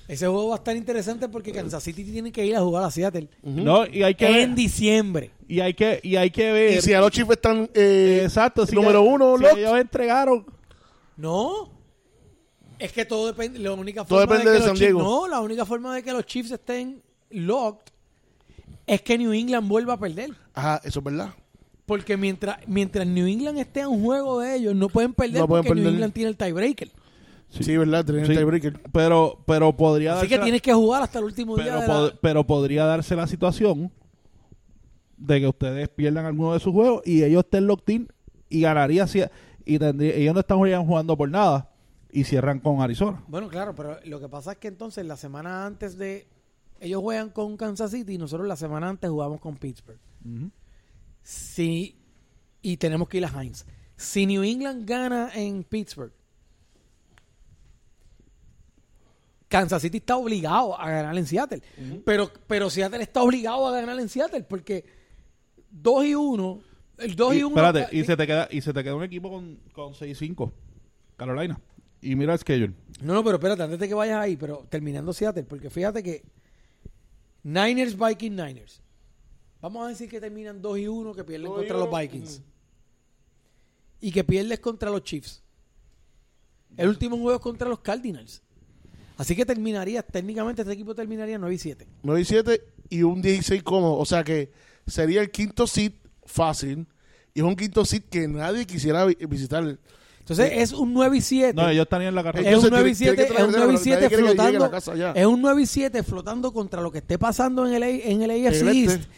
Ese juego va a estar interesante porque Kansas City tiene que ir a jugar a Seattle No, y hay que en ver. diciembre. Y hay que, y hay que Y ver. si a los Chiefs están. eh, Exacto, si número ya- uno, si locked. ellos entregaron. No. Es que todo depende. La única Todo forma depende de, de que los San Chiefs- Diego. no, la única forma de que los Chiefs estén locked es que New England vuelva a perder. Ajá, eso es verdad. Porque mientras, mientras New England esté a un juego de ellos, no pueden perder No pueden porque New perder. England tiene el tiebreaker. Sí, verdad. Tienen Sí, el tiebreaker. pero, pero podría Así que darse la- tienes que jugar hasta el último día. pero, de pod- la- pero podría darse la situación de que ustedes pierdan alguno de sus juegos y ellos estén locked in y ganaría si- y tendría- ellos no estarían jugando por nada y cierran con Arizona. Bueno, claro, pero lo que pasa es que entonces la semana antes de. Ellos juegan con Kansas City y nosotros la semana antes jugamos con Pittsburgh. Sí. Y tenemos que ir a Heinz. Si New England gana en Pittsburgh, Kansas City está obligado a ganar en Seattle. pero, pero Seattle está obligado a ganar en Seattle porque 2 y 1. El 2 y, Y- 1. espérate, y se te queda y se te queda un equipo con, con 6-5 Carolina. Y mira el schedule. No, no, pero espérate, antes de que vayas ahí, pero terminando Seattle, porque fíjate que Niners, Vikings, Niners. Vamos a decir que terminan 2 y 1, que pierden Dos y contra los uno. Vikings. Y que pierdes contra los Chiefs. El último juego es contra los Cardinals. Así que terminarías, técnicamente este equipo terminaría 9 y 7. 9 y 7 y un 16 cómodo. O sea que sería el quinto seed fácil. Y es un quinto seed que nadie quisiera vi- visitar. Entonces es un 9 y 7. No, ellos estarían en la carrera. es Entonces, un 9 y tiene- tiene 7, que es un traer- 9 y nadie 7 quiere que llegue a la casa flotando. ya. Es un 9 y 7 flotando contra lo que esté pasando en el, A- en el AFC En el este. East,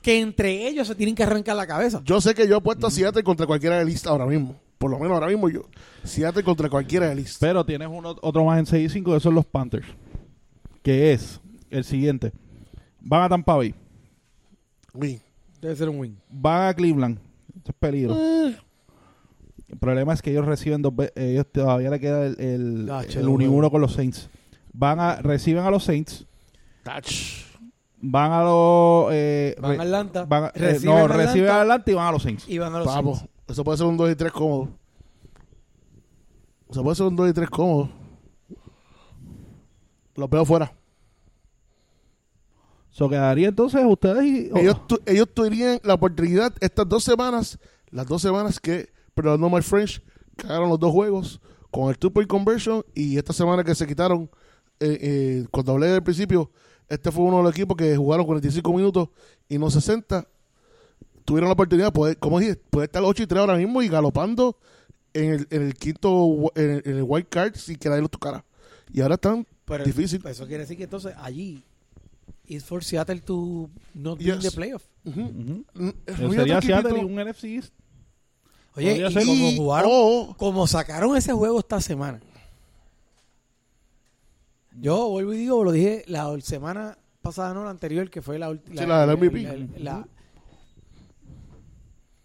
Que entre ellos se tienen que arrancar la cabeza. Yo sé que yo he puesto a Seattle contra cualquiera de lista ahora mismo. Por lo menos ahora mismo yo. Seattle contra cualquiera de lista. Pero tienes uno, otro más en 6 y 5, que son los Panthers. Que es el siguiente. Van a Tampa Bay, Win. Debe ser un win. van a Cleveland. Esto es peligro. El problema es que ellos reciben dos ve- ellos todavía le queda el, el, Gacho, el dos 1 y juegos. 1 con los Saints. Van a, reciben a los Saints, Touch. van a los eh, Van re- a Atlanta. van a- eh, reciben no, a Atlanta reciben a Atlanta y van a los Saints. Y van a los Vamos. Saints. Eso puede ser un 2 y 3 cómodo. Eso puede ser un 2 y 3 cómodo. Los veo fuera. So quedaría entonces ustedes y oh, Ellos, tu- ellos tuvieron la oportunidad estas dos semanas, las dos semanas que, pero no my French, cagaron los dos juegos con el two-point conversion y esta semana que se quitaron, eh, eh, cuando hablé del principio, este fue uno de los equipos que jugaron 45 minutos y no 60. Tuvieron la oportunidad de poder, como dije, poder estar 8 y 3 ahora mismo y galopando en el, en el quinto, wi- en el, en el wild card sin que nadie los tocara. Y ahora están Pero difícil. Pues Eso quiere decir que entonces allí es for Seattle to not be in Yes. the playoff. ujú. N- no hay sería otro Seattle y equipito. un NFC East. Oye, Podría y ser. como Y- jugaron, o- como sacaron ese juego esta semana. Yo vuelvo y digo, lo dije la semana pasada, no la anterior, que fue la última. Sí, la del MVP.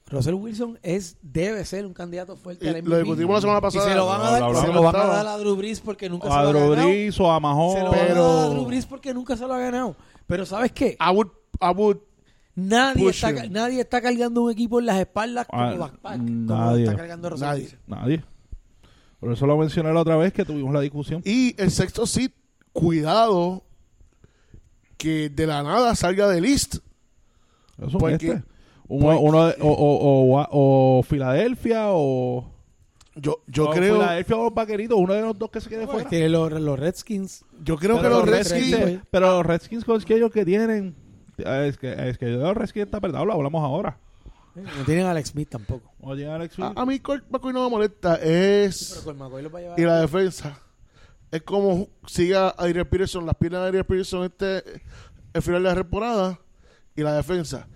Russell Wilson es, debe ser un candidato fuerte Y al MVP. lo discutimos la semana Y pasada. se lo van a dar, Ah, Lo se hablamos. lo van a Estaba. dar a Drew Brees porque nunca A se lo ha ganado. Rodríguez o a Se lo Mahon. van a pero- dar a Drew Brees porque nunca se lo ha ganado. Pero ¿sabes qué? I would, I would Nadie Push está, him. ca- nadie está cargando un equipo en las espaldas como Ah, backpack, como nadie. está cargando Russell Nadie. Wilson. Nadie. Por eso lo mencioné la otra vez que tuvimos la discusión. Y el sexto seed, cuidado que de la nada salga de list. Eso es un Porque- este. pues Uno, uno de- o, o, o, o Filadelfia o Yo, yo o creo, Filadelfia o los Vaqueritos, uno de los dos que se quede Pues fuera. tiene los, los Redskins. yo creo que pero los los Redskins, Redskins, eh, pero los Redskins con ellos que tienen eh, es que es que de los Redskins está perdido, lo hablamos ahora. ¿eh? No tienen a Alex Smith tampoco. Vamos a llegar a Alex Smith. a, a mí Colt McCoy no me molesta, es y la defensa. Es como siga Adrian Peterson, las piernas de Adrian Peterson este el final de la temporada y la defensa.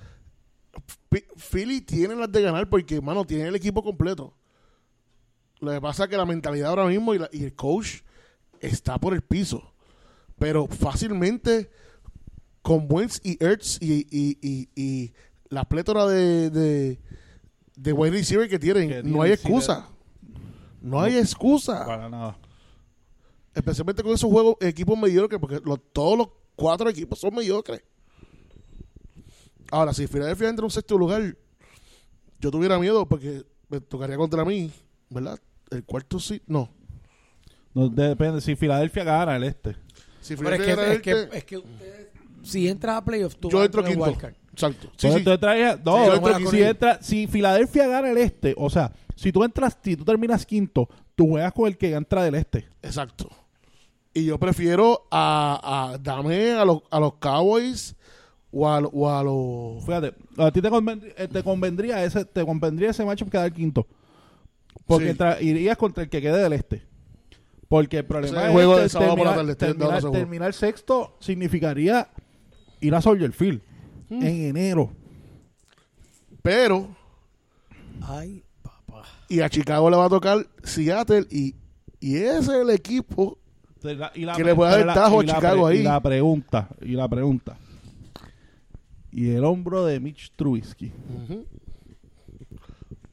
P- Philly tiene las de ganar porque, hermano, tiene el equipo completo. Lo que pasa es que la mentalidad ahora mismo y, la- y el coach está por el piso. Pero fácilmente, con Wentz y Ertz y, y, y- y la plétora de, de, de wide receiver que tienen, Que no tienen, hay sí, excusa. No hay excusa. Para nada. Especialmente con esos juegos, equipos mediocres, porque los- todos los cuatro equipos son mediocres. Ahora, si Filadelfia entra en un sexto lugar, yo tuviera miedo porque me tocaría contra mí, ¿verdad? El cuarto sí, no. No, depende. Si Filadelfia gana el este. Si Pero es Filadelfia que, es entra en que, es que ustedes, si entras a playoffs, tú este, yo vas entro a entrar en quinto. wildcard. Exacto. Sí, Entonces sí. tú entras- no, Sí, yo entro si con él. entra- si Filadelfia gana el este, o sea, si tú entras, si tú terminas quinto, tú juegas con el que entra del este. Exacto. Y yo prefiero a, a dame a los, a los Cowboys o a, o a los... Fíjate, a ti te, conven- eh, te convendría ese, te convendría ese matchup quedar quinto. Porque Sí. tra- irías contra el que quede del este. Porque el problema Ese es juego este, del sábado por la terminar, tarde, estoy terminar- dando seguro. terminar sexto significaría ir a Soldier Field Hmm. en enero. Pero... Ay, papá. Y a Chicago le va a tocar Seattle y, y ese es el equipo. De la- y la Que pre- le puede dar la- tajo a y la Chicago pre- ahí. Y la pregunta, y la pregunta. Y el hombro de Mitch Trubisky.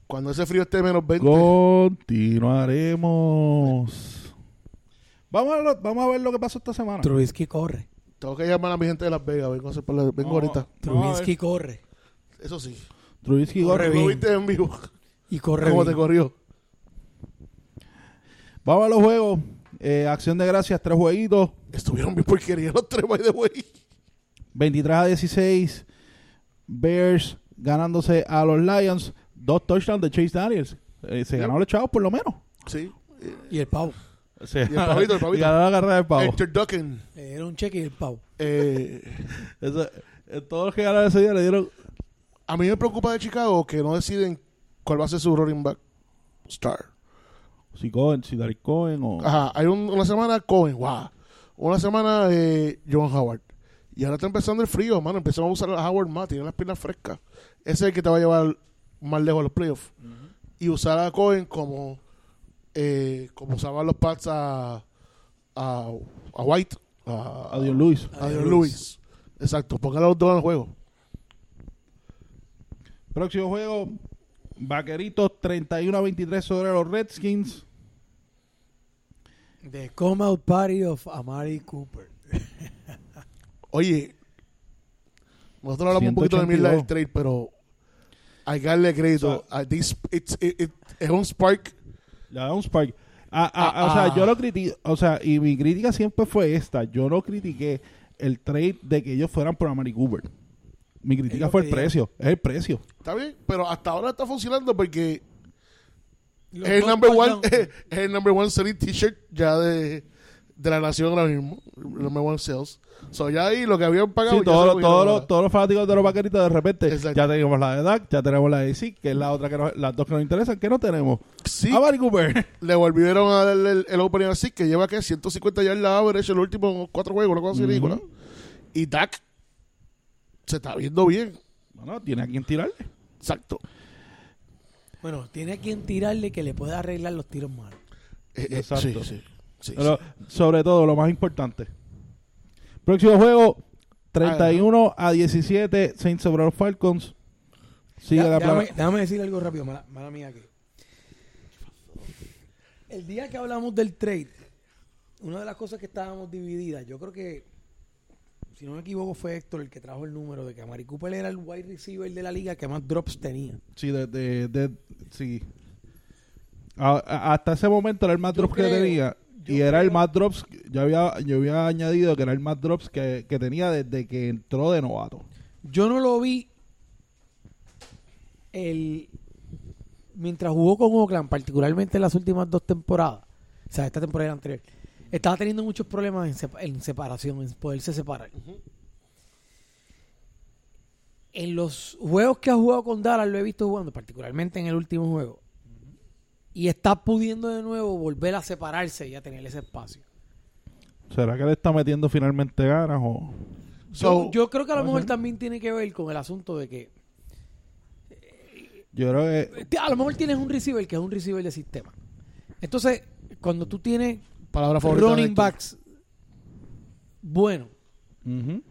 Cuando ese frío esté menos 20. Continuaremos. Vamos a, lo- vamos a ver lo que pasó esta semana. Trubisky corre. Tengo que llamar a mi gente de Las Vegas. Vengo, a hacer por la- vengo No. ahorita. Trubisky corre. Eso sí. Trubisky Corre Gordon. Lo bien. viste en vivo. Y corre. ¿Cómo te bien. corrió? Vamos a los juegos. Eh, acción de gracias, tres jueguitos. Estuvieron bien porquería los tres, by the way. 23 a 16. Bears ganándose a los Lions. Dos touchdowns de Chase Daniels. Eh, se ganó los chavos por lo menos. Sí. Y el pavo. Sí. el pavito, el pavito. Y ganó la carrera del pavo. Hector Duckin. Era un cheque y el pavo. Eh, Eso- eh, todos los que ganaron ese día le dieron a mí me preocupa de Chicago que no deciden cuál va a ser su running back star. si Cohen, si Darick Cohen o... Ajá, hay un- una semana Cohen, wow. Una semana eh, John Howard. Y ahora está empezando el frío, mano. Empezamos a usar a Howard más, tiene las piernas frescas. Ese es el que te va a llevar más lejos a los playoffs. Y usar a Cohen como, eh, como usaban los Pats a, a, a White, a, Adiós Luis. a Dion Lewis. Exacto, pongan los dos en el juego. Próximo juego, Vaqueritos 31 a 23 sobre los Redskins. The Come Out Party of Amari Cooper. Oye, nosotros hablamos un poquito de 182. mierda del trade, pero hay que darle crédito. a this- it's- it- it- es un spark Le da un spark. Ah, ah, Ah, o sea, ah. yo lo critiqué, o sea, y mi crítica siempre fue esta. Yo no critiqué el trade de que ellos fueran por Amari Cooper. Mi crítica lo fue el pedían. precio, es el precio. Está bien, pero hasta ahora está funcionando porque es Los el dos number one, touchdowns. es el number one selling t-shirt ya de, de la nación ahora mismo, el number one sales. So ya ahí lo que habían pagado Sí, ya se todos, los, lo cogieron todos, ahora. los, todos los fanáticos de los vaqueritos de repente Exacto. ya tenemos la de Dak, ya tenemos la de SIC, que es la otra que nos- las dos que nos interesan, que no tenemos. Sí, Amari Cooper. le volvieron a darle el, el opening así que lleva que 150 yardas average en los últimos cuatro juegos, una cosa así ridícula. Y Dak se está viendo bien. Bueno, tiene a quien tirarle. Exacto. Bueno, tiene a quien tirarle que le pueda arreglar los tiros malos. Eh, eh, Exacto. sí, sí, sí, Pero, sobre todo, lo más importante. Próximo juego, 31 a 17, Saints sobre los Falcons. Sigue Da- la déjame, plaga. déjame decir algo rápido, mala, mala mía aquí. El día que hablamos del trade, una de las cosas que estábamos divididas, yo creo que, si no me equivoco, fue Héctor el que trajo el número de que Amari Cooper era el wide receiver de la liga que más drops tenía. Sí, de, de- de- sí. A- a- hasta ese momento era el más Yo drops que creo- tenía. yo Y era el creo- más drops. Yo había, yo había añadido que era el más drops que, que tenía desde que entró de novato. Yo no lo vi el mientras jugó con Oakland, particularmente en las últimas dos temporadas, o sea, esta temporada y la anterior, estaba teniendo muchos problemas en, sepa- en separación, en poderse separar. En los juegos que ha jugado con Dallas, lo he visto jugando, particularmente en el último juego, y está pudiendo de nuevo volver a separarse y a tener ese espacio. ¿Será que le está metiendo finalmente ganas o.? So, yo, yo creo que a lo mejor también tiene que ver con el asunto de que Yo creo que. Te- A lo mejor tienes un receiver que es un receiver de sistema. Entonces, cuando tú tienes palabra favorita. de running Héctor. backs bueno, Ujú.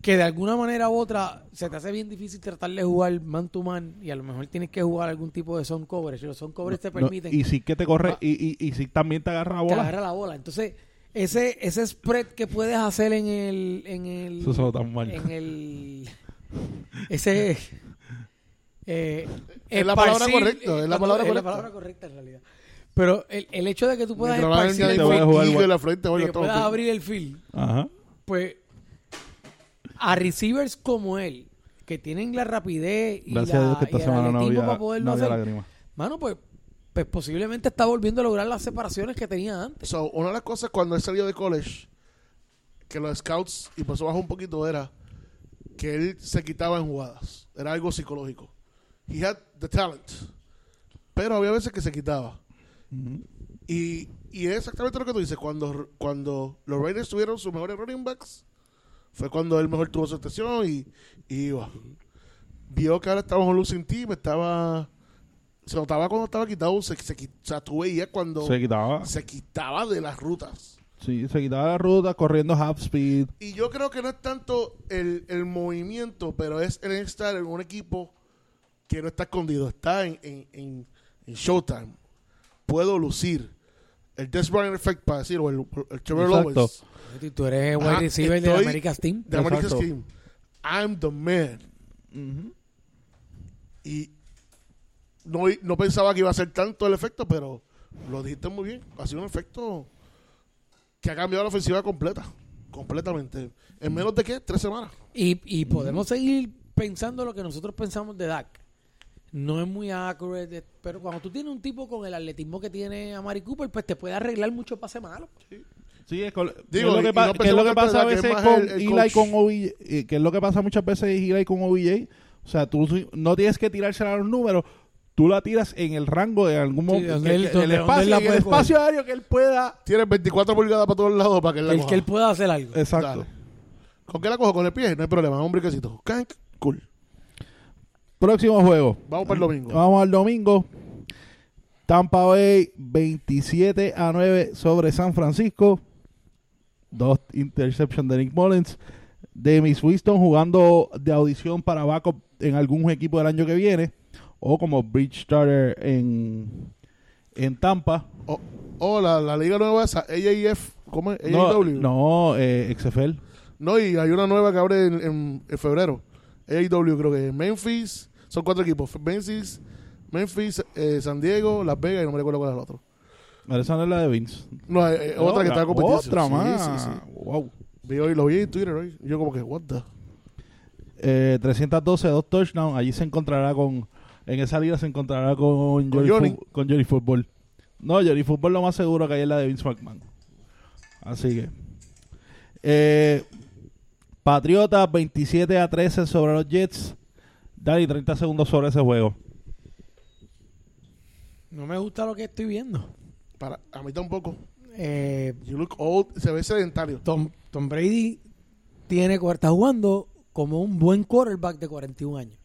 que de alguna manera u otra se te hace bien difícil tratar de jugar man to man y a lo mejor tienes que jugar algún tipo de son coverage. Los son coverage te No, permiten y si que te corre, Va. y, y, y si también te agarra la que bola, agarra la bola. Entonces, ese, ese spread que puedes hacer en el, en el eso solo tan mal. en el ese eh, Es la palabra esparcir- correcta, es la palabra cuando- es la correcta. palabra correcta en realidad pero el, el hecho de que tú puedas Mientras la esparcir gente el te voy a ahí field, jugar, contigo en bueno. la frente, bueno, de que todo, puedas tío. pues, abrir el field Ajá. pues a receivers como él que tienen la rapidez y, Gracias a Dios la, que esta y el semana no atletismo había, para poderlo no había hacer lágrimas. mano pues pues posiblemente está volviendo a lograr las separaciones que tenía antes So, una de las cosas cuando él salió de college, que los scouts, y por eso bajó un poquito, era que él se quitaba en jugadas. Era algo psicológico. He had the talent. Pero había veces que se quitaba. Ujú. Y, y es exactamente lo que tú dices. Cuando, cuando los Raiders tuvieron sus mejores running backs, fue cuando él mejor tuvo su estación y, y iba. Vio que ahora estábamos en losing team, estaba... Se notaba cuando estaba quitado, se, se, qui- o sea, tú veías cuando Se quitaba. se quitaba de las rutas. Sí, se quitaba la ruta corriendo half speed. Y yo creo que no es tanto el, el movimiento, pero es el estar en un equipo que no está escondido, está en, en, en- en Showtime. Puedo lucir. El Des Bryant Effect, para decir, o el, el Trevor Exacto. Lawrence. tú eres wide Ajá, receiver de estoy- America's Team De America's Exacto. Team. I'm the man. Y no, no pensaba que iba a ser tanto el efecto, pero lo dijiste muy bien. Ha sido un efecto que ha cambiado la ofensiva completa. Completamente. ¿En menos de qué? Tres semanas. Y, y podemos seguir pensando lo que nosotros pensamos de Dak. No es muy accurate, eh, pero cuando tú tienes un tipo con el atletismo que tiene a Mari Cooper, pues te puede arreglar mucho pase malo. Sí, es, col- Digo, que es lo y- que, y pa- no que es lo que pensamos pasa a que es veces más con el- el Eli coach. con OBJ, eh, que es lo que pasa muchas veces Eli con OBJ. O sea, tú si- no tienes que tirársela a los números, tú la tiras en el rango de algún Sí, momento, donde que- él- que- el, donde- donde él espacio, la en el puede coger. espacio aéreo que él pueda. Tienes 24 pulgadas para todos lados para que él la El coja. que él pueda hacer algo. Exacto. Dale. ¿Con qué la cojo? Con el pie, no hay problema. Un briquecito. Cank, cool. Próximo juego. Vamos para el domingo. Ah. Vamos al domingo. Tampa Bay 27 a 9 sobre San Francisco. Dos interceptions de Nick Mullins. Demis Winston jugando de audición para backup en algún equipo del año que viene. O como bridge starter en, en Tampa. Oh, oh, la, la liga nueva esa, AAF, ¿cómo es? No, AAW. no eh, XFL. No, y hay una nueva que abre en, en- en febrero. AAW creo que es Memphis, son cuatro equipos. Memphis, Memphis, eh, San Diego, Las Vegas y no me recuerdo cuál es el otro. Esa no es la de Vince. No, eh, eh, otra que está compitiendo. Otra más. Sí, sí, sí. Wow. Vi hoy, lo vi en Twitter hoy. Yo como que, what the... eh, 312, dos touchdowns. Allí se encontrará con. En esa liga se encontrará con, Con Johnny, Johnny. Fu- con Johnny Football. No, Johnny Football lo más seguro que hay es la de Vince McMahon. Así que. Eh, Patriotas 27 a 13 sobre los Jets. Dani, 30 segundos sobre ese juego. No me gusta lo que estoy viendo. Para, a mí tampoco. Eh, You look old, se ve sedentario. Tom, Tom Brady tiene, está jugando como un buen quarterback de 41 años.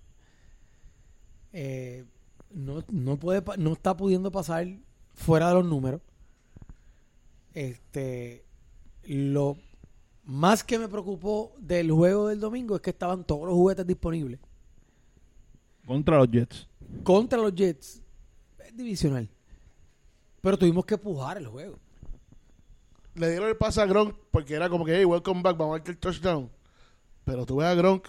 Eh, no, no, puede, pa- no está pudiendo pasar fuera de los números. Este, lo más que me preocupó del juego del domingo es que estaban todos los juguetes disponibles Contra los Jets. contra los Jets. Es divisional. Pero tuvimos que pujar el juego. le dieron el pase a Gronk porque era como que, hey, welcome back, vamos a ver el touchdown. Pero tú ves a Gronk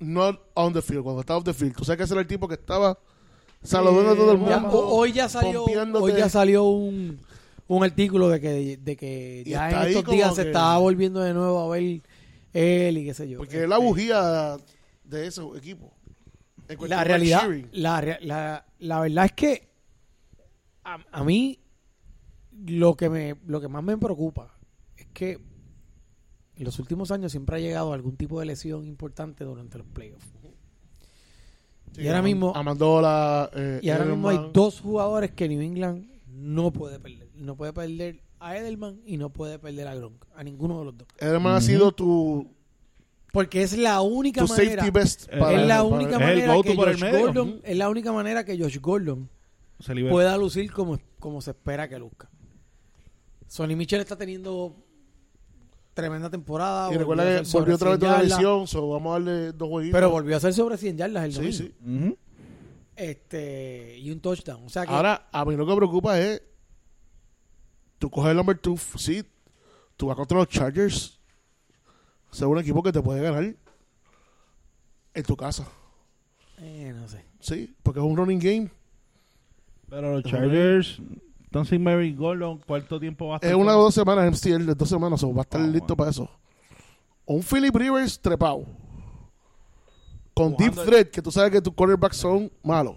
not on the field, cuando estaba off the field. Tú sabes que ese era el tipo que estaba saludando a todo el Eh, Ya, mundo. ho- hoy ya salió, pompeándote. hoy ya salió un, un artículo de que, de que Y ya está en ahí estos como días se que- estaba volviendo de nuevo a ver él y qué sé yo. Porque Este, es la bujía de ese equipo. En cuestión la de realidad, cheering. la, rea- la, la verdad es que a, a mí lo que me lo que más me preocupa es que en los últimos años siempre ha llegado algún tipo de lesión importante durante los playoffs. Sí, y ahora Am- mismo- Amandola. eh, Y ahora mismo hay Edelman. dos jugadores que New England no puede perder. No puede perder a Edelman y no puede perder a Gronk. A ninguno de los dos. Edelman ha sido tu, Porque es la única tu manera. safety best. Es Es la para- única es el manera go-to que por el Josh medio. Gordon, es la única manera que Josh Gordon Se libera. pueda lucir como, como se espera que luzca. Sonny Mitchell está teniendo tremenda temporada. Y recuerda volvió a que hacer volvió sobre otra vez 100 de la yardas, lesión, so vamos a darle dos jueguitos. Pero volvió a hacer sobre 100 yardas el Sí, domingo. sí. Ujú. Este, y un touchdown. O sea que Ahora, a mí lo que me preocupa es. Tú coges el number two seed, tú vas contra los Chargers. O sea, un equipo que te puede ganar en tu casa. eh, no sé. Sí, porque es un running game. Pero los Chargers están sin Mary Gordon. ¿Cuánto tiempo va a estar? Es una o dos semanas, MCL, de dos semanas, o va a estar Ah, bueno. listo para eso. O un Philip Rivers trepado. Con Jugando- deep threat, que tú sabes que tus quarterbacks son malos.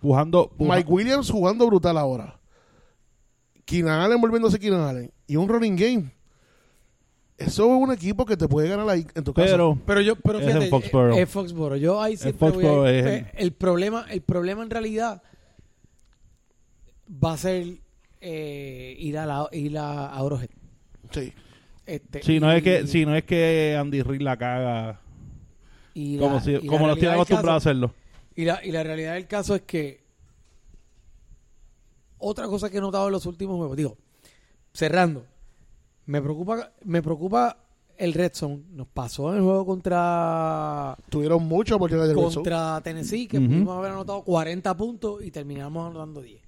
Pujando, puja- Mike Williams jugando brutal ahora. Keenan Allen volviéndose Keenan Allen. Y un running game. Eso es un equipo que te puede ganar ahí en tu casa. Pero Pero yo, pero Es fíjate, en Foxborough. eh, es Foxborough. Yo ahí siempre voy a- Foxborough, es eh, el problema, el problema en realidad va a ser eh, ir a la ir a, a Orohead. Sí. Este, si no, y- es que, si no es que Andy Reid la caga y la- como, si, y la como nos realidad tiene del acostumbrado a caso- hacerlo. Y la, y la realidad del caso es que otra cosa que he notado en los últimos juegos, digo, cerrando, me preocupa, me preocupa el Red Zone. Nos pasó en el juego contra Tuvieron mucha oportunidad de Wilson. contra Tennessee, que Ujú. pudimos haber anotado 40 puntos y terminamos anotando 10.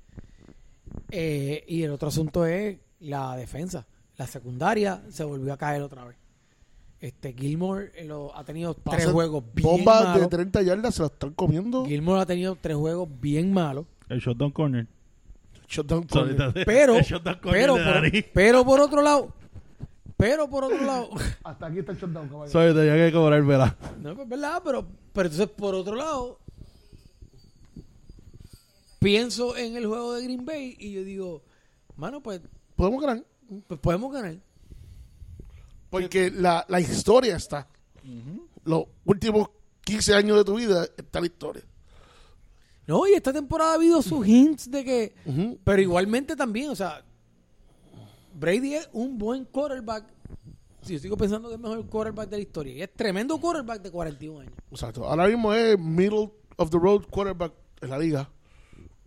Eh, y el otro asunto es la defensa. La secundaria se volvió a caer otra vez. Este Gilmore eh, lo, ha tenido Pasen tres juegos bien Bombas de malos. 30 yardas se las están comiendo. Gilmore ha tenido tres juegos bien malos. El shotdown corner. Shutdown corner. Pero, el shotdown corner pero, de Dari. por, pero por otro lado, pero por otro lado, Hasta aquí está el shutdown, caballero. Sorry, tenía que cobrar, ¿verdad? no es verdad, pero, pero entonces por otro lado, pienso en el juego de Green Bay y yo digo, mano, pues, Podemos ganar. pues podemos ganar. Porque la, la historia está. Los últimos 15 años de tu vida está la historia. No, y esta temporada ha habido sus hints de que, Ujú. pero igualmente también, o sea, Brady es un buen quarterback. Si yo sigo pensando que es el mejor quarterback de la historia, y es tremendo quarterback de 41 años. Exacto. Ahora mismo es middle of the road quarterback en la liga.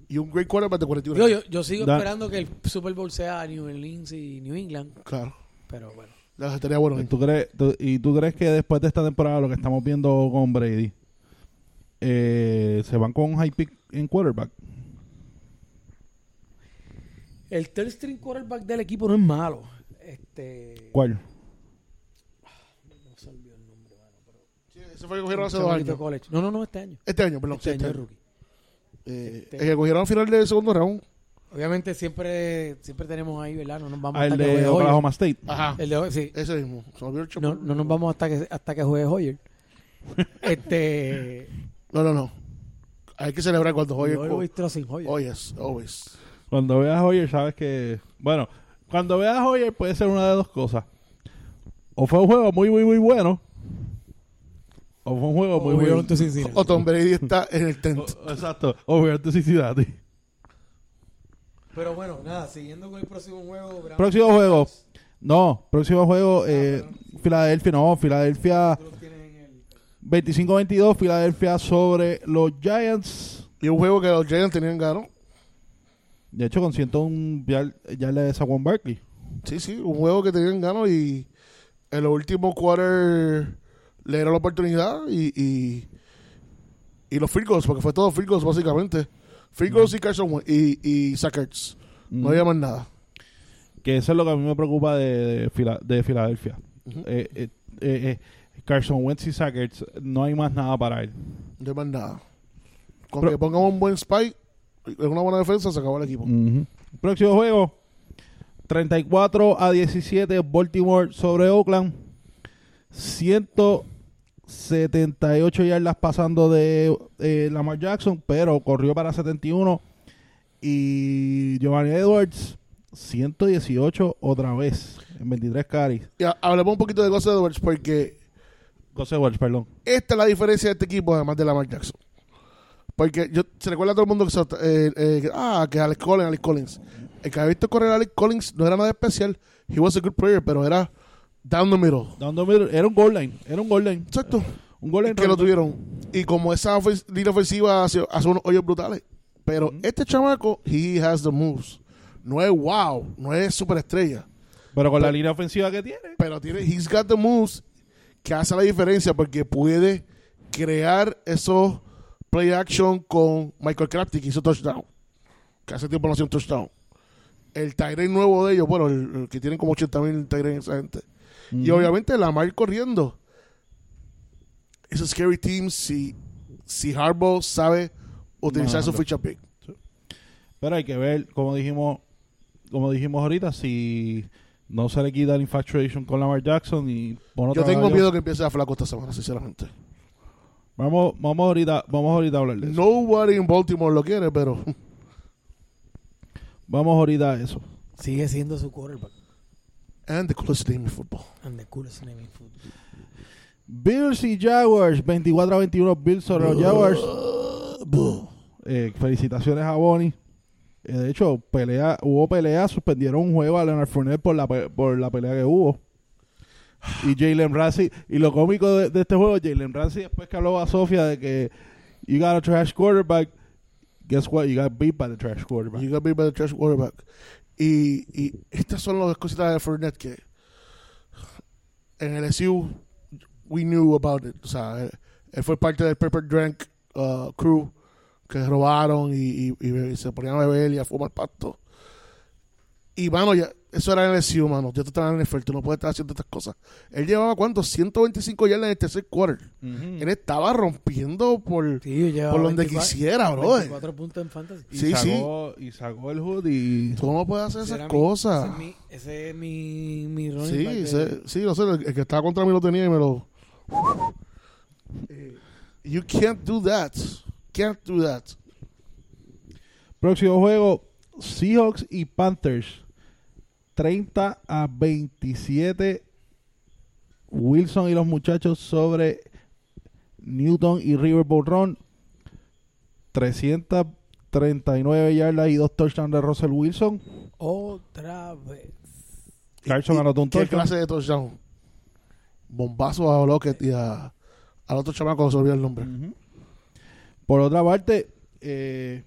Y un great quarterback de 41 Yo, años. yo, yo sigo Da- esperando que el Super Bowl sea New Orleans y New England, Claro. pero bueno. La estaría bueno. ¿Tú crees, tú- ¿Y tú crees que después de esta temporada, lo que estamos viendo con Brady, eh, se van con un high pick en quarterback? El third string quarterback del equipo no es malo. Este, ¿Cuál? no se olvidó el nombre, mano, pero- Sí, ese fue el que cogieron hace Un dos chamaquito de años. college. No, no, no, este año. Este año, perdón. Este sí, Este año es año. rookie. Eh, Este- El que cogieron al final del segundo round. Obviamente siempre, siempre tenemos ahí, ¿verdad? No nos vamos Ah, el hasta que de juegue Hoyer. Oklahoma State. Ajá. El de Hoyer, sí. Ese mismo. Se me olvidó el No, chamaco. no nos vamos hasta que, hasta que juegue Hoyer. este. No, no, no. Hay que celebrar cuando Hoyer, Hoyer. co- sin Hoyer. Oyes, always. Cuando veas a Hoyer, sabes que. Bueno, cuando veas a Hoyer, puede ser una de dos cosas. O fue un juego muy, muy, muy bueno. O fue un juego muy, O muy. Hoyer to Cincinnati. O Tom Brady está en el tent. o- exacto. O Hoyer to Cincinnati. Pero bueno, nada, siguiendo con el próximo juego. Brown- Próximo juego. No, próximo juego. eh, Filadelfia, no. Filadelfia Tú lo tienes en el- 25-22. Filadelfia sobre los Giants. Y un juego que los Giants tenían ganado. De hecho, con 101 ya, ya le es a Juan Barkley. Sí, sí, un juego que tenían ganado y en los últimos quarter le dieron la oportunidad y, y, y los field goals, porque fue todo field goals básicamente. Field goals y Carson Wentz- y, y Zach Ertz. No había más nada. Mm, Que eso es lo que a mí me preocupa de, de, Fila- de Filadelfia. Eh, eh, eh, eh, Carson Wentz y Sackers, no hay más nada para él. No hay más nada. Con Pero- que pongan un buen spike, en una buena defensa, se acabó el equipo. Próximo juego, 34 a 17, Baltimore sobre Oakland. 178 yardas pasando de eh, Lamar Jackson, pero corrió para 71. Y Giovanni Edwards, 118 otra vez, en 23 carries. Y ha- hablemos un poquito de Gus Edwards porque Gus Edwards, perdón. esta es la diferencia de este equipo, además de Lamar Jackson. Porque yo, se recuerda a todo el mundo que, se- eh, eh, que, ah, que Alex Collins, Alex Collins. El que había visto correr a Alex Collins no era nada especial. He was a good player, pero era down the middle. Down the middle, Era un goal line, era un goal line. Exacto. Un gol en Que lo round- tuvieron. Y como esa ofens- línea ofensiva hace, hace unos hoyos brutales. Pero este chamaco, he has the moves. No es wow, no es superestrella. Pero con la línea ofensiva que tiene. Pero tiene, he's got the moves que hace la diferencia porque puede crear esos play action con Michael Crafty que hizo touchdown. Que hace tiempo no hacía un touchdown. El Tyrant nuevo de ellos, bueno, el, el que tienen como 80 mil Tyrant esa gente. Y obviamente Lamar corriendo. Es un scary team si, si Harbaugh sabe utilizar su Manejando. ficha pick. Pero hay que ver, como dijimos, como dijimos ahorita, si no se le quita la infatuation con Lamar Jackson y pone Yo otra tengo gallo. miedo que empiece a flaco esta semana, sinceramente. Vamos, vamos ahorita, vamos ahorita a hablar de eso. Nobody in Baltimore lo quiere, pero Vamos ahorita a eso. Sigue siendo su quarterback. and the coolest team in football. And the coolest name in football. Bills y Jaguars, 24 a 21 Bills sobre los Jaguars. Eh, felicitaciones a Bonnie. Eh, de hecho, pelea, hubo pelea, suspendieron un juego a Leonard Fournette por la, pe- por la pelea que hubo. Y Jalen Ramsey, y lo cómico de, de este juego, Jalen Ramsey después que habló a Sofía de que you got a trash quarterback, guess what, you got beat by the trash quarterback. You gotta be by the trash quarterback. Y, y estas son las cositas de Fournette que en el SU we knew about it. O sea, él, él fue parte del Pepper Drank uh, crew que robaron y, y- y be- se ponían a beber y a fumar pasto. Y mano, ya, eso era en el SU, mano. Ya tú estás en el NFL, tú no puedes estar haciendo estas cosas. Él llevaba cuánto? 125 yardas en el tercer quarter. Ujú. Él estaba rompiendo por, Mm. Sí, lleva por donde 24 quisiera, bro. 24 puntos en fantasy. Y sí, sí. sacó, Y sacó el hood y... Tú no puedes hacer Ese esas era mi- cosas. Ese es mi, ese es mi, mi running Sí, back de- sé- sí, no sé, el, el que estaba contra mí lo tenía y me lo... Eh, You can't do that. Can't do that. Próximo juego, Seahawks y Panthers. 30 a 27. Wilson y los muchachos sobre Newton y Riverboat Run. 339 yardas y dos touchdowns de Russell Wilson. Otra vez. Carson ¿Y anotó un ¿Qué touchdown. clase de touchdown? Bombazo a Lockett y a, al otro chamaco que se olvidó el nombre. Ujú. Por otra parte, eh,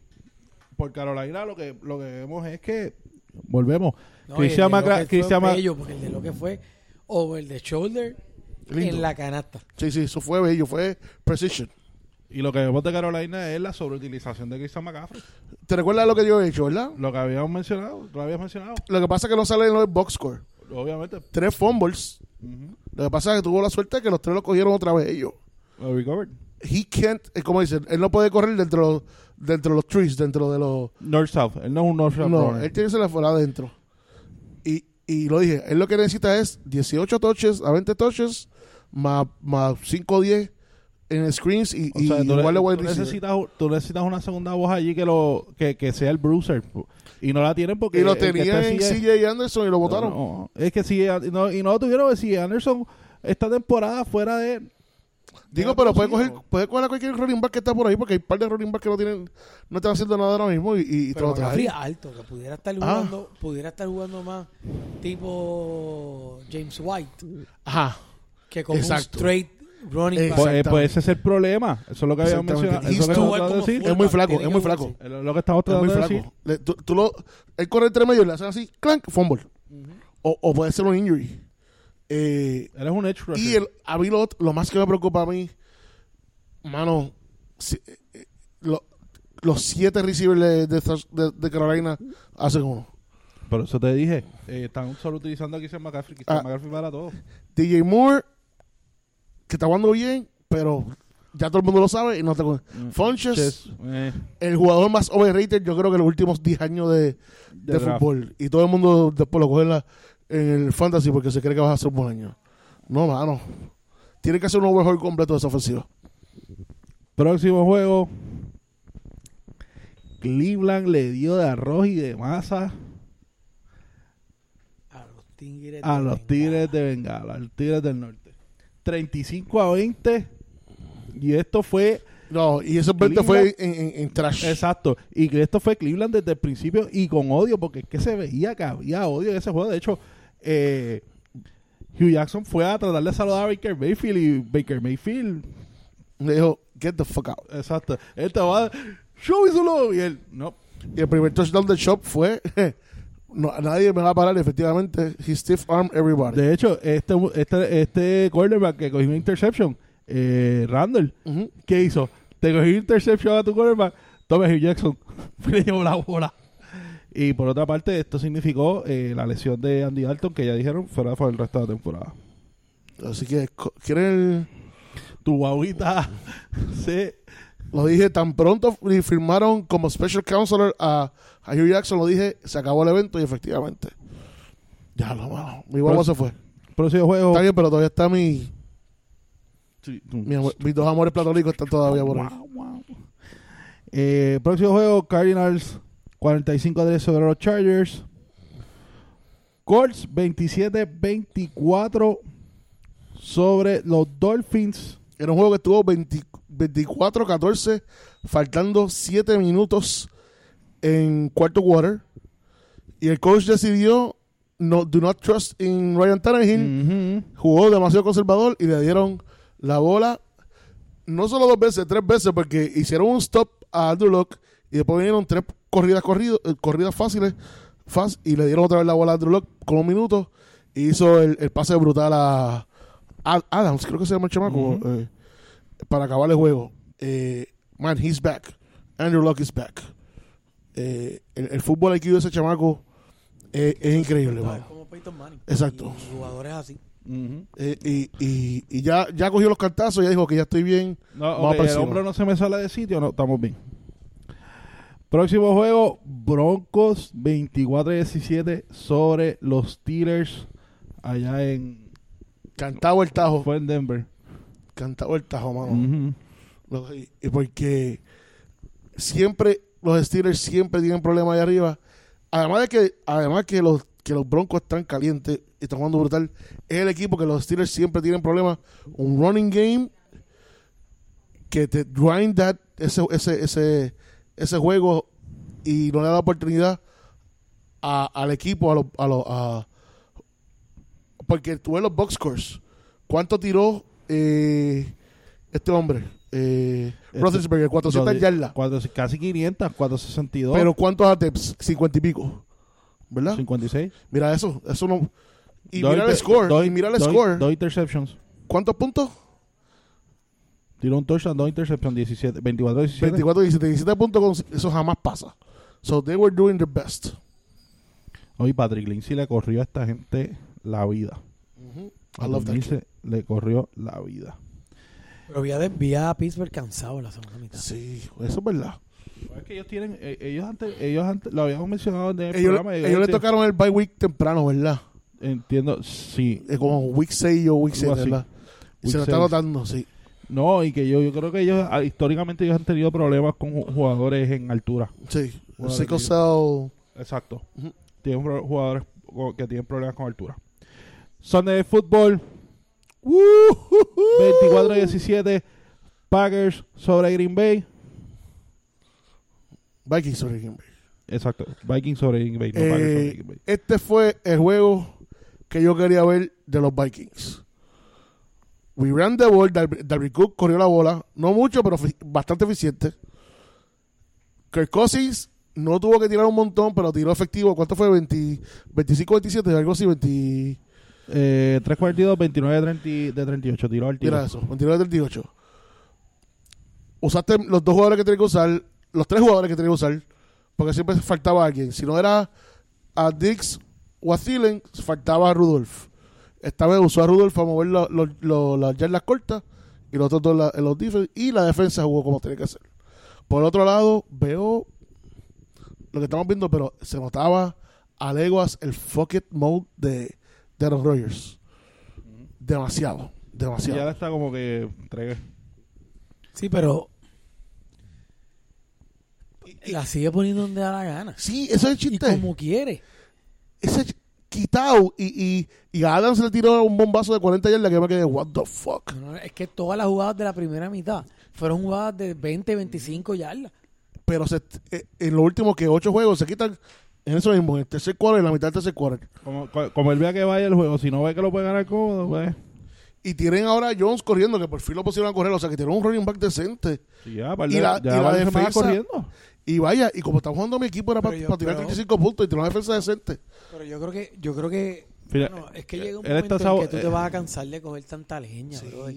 por Carolina lo que, lo que vemos es que volvemos. No, Christian y el de McCra- Lockett fue Christian Ma- bello, porque el de lo que fue over the shoulder Lindo. en la canasta. Sí, sí, eso fue bello, fue precision. Y lo que vemos de Carolina es la sobreutilización de Christian McCaffrey. ¿Te recuerdas lo que yo he hecho, verdad? Lo que habíamos mencionado, tú lo habías mencionado, Lo que pasa es que no sale en el box score. obviamente. Tres fumbles. Ujú. Lo que pasa es que tuvo la suerte de que los tres lo cogieron otra vez ellos. Lo recovered. He can't, eh, como dicen, él no puede correr dentro, dentro de los trees, dentro de los... North South, él no es un North South. No, runner. él tiene que ser afuera adentro. Y, y lo dije, él lo que necesita es 18 touches a 20 touches más, más 5 o 10 en screens y, O y sea, tú, igual de tú wide receiver. necesitas, tú necesitas una segunda voz allí que lo que, que sea el bruiser. po. Y no la tienen porque. Y lo el que tenían te en sigue- CJ Anderson y lo votaron. No, es que si. No, y no lo tuvieron. Si Anderson esta temporada fuera de. pues, eh, Digo, no pero lo puede coger, consiguieron. puede coger a cualquier running back que está por ahí porque hay un par de running back que no tienen no están haciendo nada ahora mismo y, y te Pero lo McCaffrey traen. alto, que pudiera estar Ah. jugando, pudiera estar jugando más tipo James White Ajá. que como Exacto. un straight running Pues, back. eh, pues ese es el problema. Eso es lo que habíamos Exactamente. mencionado. Y Eso es lo que tú, estamos él tratando de como decir. Es muy flaco, Tiene es que muy flaco. jugarse. Es lo que estamos Es muy tratando de decir. flaco. Le- tú, tú lo, él corre entre medio y le hacen así, clank, fumble. o, o puede ser un injury. Eh, Eres un edge rusher. Y el, a mí lo, lo más que me preocupa a mí, mano, si- eh, eh, lo- los siete receivers de, de South- de- de Carolina hacen uno. Por eso te dije, eh, están solo utilizando aquí Christian McCaffrey. Christian Ah. McCaffrey para todo. DJ Moore, que está jugando bien, pero ya todo el mundo lo sabe y no te con- Funches, Mm. Chess, eh, el jugador más overrated, yo creo que en los últimos 10 años de, de draft. fútbol. Y todo el mundo después lo coge en, la- en el fantasy porque se cree que vas a hacer un buen año. No, mano. Tiene que hacer un overhaul completo de esa ofensiva. Próximo juego. Cleveland le dio de arroz y de masa A los Tigres. a de los Bengala. Tigres de Bengala, a los Tigres del Norte. 35 a 20. Y esto fue, No, y ese verde fue en, en- en trash. exacto, y que esto fue Cleveland desde el principio y con odio, porque es que se veía que había odio en ese juego. De hecho, eh, Hugh Jackson fue a tratar de saludar a Baker Mayfield y Baker Mayfield Le dijo, get the fuck out. Exacto. Él te va a dar, show y solo. Y él, no. Y el primer touchdown del shop fue no- nadie me va a parar, efectivamente. He stiff arm everybody. De hecho, este, este, este quarterback que cogió una interception, eh, Randall, Ujú. ¿qué hizo? Te cogió interception a tu quarterback, toma Hugh Jackson, le llevó la bola. Y por otra parte, esto significó eh, la lesión de Andy Dalton, que ya dijeron fuera por el resto de la temporada. Así que, co- ¿quieren? Tu guaguita se... Lo dije tan pronto y firmaron como special counselor a, a Hugh Jackson. Lo dije, se acabó el evento y efectivamente. Ya lo malo. Mi Pero- guagua se fue. Próximo juego... Está bien, pero todavía está mi, Sí. mi amor- mis dos amores platónicos están todavía por ahí. Guau, guau. Eh, próximo juego, Cardinals 45 3 sobre los Chargers. Colts 27-24 sobre los Dolphins. Era un juego que estuvo 20 24-14, faltando 7 minutos en cuarto quarter. Y el coach decidió, no, do not trust in Ryan Tannehill. Jugó demasiado conservador y le dieron la bola, no solo dos veces, tres veces, porque hicieron un stop a Andrew Luck y después vinieron tres corridas, corrido, eh, corridas fáciles fast, y le dieron otra vez la bola a Andrew Luck con un minuto. Y hizo el, el pase brutal a, Ad- Adams, creo que se llama el chamaco, Ujú. eh, para acabar el juego. Eh, man, he's back. Andrew Luck is back. Eh, el, el fútbol IQ de ese chamaco eh, es increíble. Ah, mano. es como Peyton Manning. Exacto. Y jugadores así. Ujú. Eh, y y, y ya, ya cogió los cartazos, ya dijo que ya estoy bien. No, Vamos ok, para el encima. hombro no se me sale de sitio, no, estamos bien. Próximo juego, Broncos 24-17 sobre los Steelers allá en... Cantado el tajo. Fue en Denver. Cantado el tajo, Oh. mano. Ujú. Los- y- y porque siempre, los Steelers siempre tienen problemas ahí arriba. Además de que, además que los que los Broncos están calientes y están jugando brutal, es el equipo que los Steelers siempre tienen problemas. Un running game que te grind that, ese, ese, ese, ese juego y no le da oportunidad a- al equipo, a los, a los, a- porque tuve los box scores. ¿Cuánto tiró eh, este hombre? Eh, Este- Roethlisberger, 400 Rodri- yardas. cuatro- casi 500, 462. Pero ¿cuántos attempts? 50 y pico. ¿Verdad? 56. Mira eso, eso no. Y Dos mira el inter- score, dos- y mira el dos- score. Dos interceptions. ¿Cuántos puntos? Tiró un touchdown, dos interceptions, 17, 24, 17. 24, 17, 17 puntos, con- eso jamás pasa. So they were doing their best. Hoy Patrick Lindsay le corrió a esta gente la vida. I love that. Lindsay le corrió la vida. Pero había desviado a Pittsburgh cansado en la segunda mitad. Sí, eso es verdad. Es que ellos tienen, eh, ellos antes, ellos antes, lo habíamos mencionado en el Ellos, programa. ellos le enti- tocaron el bye week temprano, ¿verdad? Entiendo, sí. Eh, Como week 6 o week Algo 7, así. ¿verdad? Y Week se lo está seis. notando, sí. No, y que yo, yo creo que ellos, ah, históricamente ellos han tenido problemas con ju- jugadores en altura. Sí. El Madre sickle mía. cell. Exacto. Ujú. Tienen pro- jugadores co- que tienen problemas con altura. Sunday de fútbol. 24-17. Packers sobre Green Bay. Vikings, sorry, Green Bay. Exacto. Vikings sobre Green Bay. No Eh, Packers sobre Green Bay. Este fue el juego que yo quería ver de los Vikings. We ran the ball. Dar- Dalvin Cook corrió la bola. No mucho, pero fi- bastante eficiente. Kirk Cousins no tuvo que tirar un montón, pero tiró efectivo. ¿Cuánto fue? 20, 25, 27, algo así. 20, Eh, 342, 29 de, 30 de 38. Tiró al tiro. mira eso, 29, 38. Usaste los dos jugadores que tenías que usar, los tres jugadores que tenías que usar, porque siempre faltaba alguien. Si no era a Dix o a Thielen, faltaba a Rudolph. Esta vez usó a Rudolph a mover lo- lo- lo- las yardas cortas y los otros dos la- los defense, y la defensa jugó como tenía que hacer. Por otro lado, veo lo que estamos viendo, pero se notaba a leguas el fuck it mode de, de Aaron Rodgers. Demasiado, Y demasiado. ahora está como que entregue. Sí, pero. La sigue poniendo donde da la gana. Sí, eso es el Y chiste. como quiere. Ese ch- quitado y, y, y a Adams le tiró un bombazo de 40 yardas que me quedé, what the fuck. No, no, Es que todas las jugadas de la primera mitad fueron jugadas de 20, 25 yardas. Pero se, eh, en los últimos que ocho juegos se quitan en eso mismo, en el tercer cuarto, en la mitad del tercer cuarto. Como, co- como él vea que vaya el juego, si no ve que lo puede ganar cómodo, pues. Y tienen ahora a Jones corriendo, que por fin lo pusieron a correr, o sea que tienen un running back decente. sí, ya, par de- Y la- ya y la varias semanas defensa- corriendo. Y vaya, y como estamos jugando mi equipo era para, Pero yo- tirar pero- 35 puntos y tirar una defensa decente. Pero yo creo que, yo creo que, Mira, bueno, es que llega un él está momento en sabo- que tú te eh, vas a cansar de coger tanta leña, brother.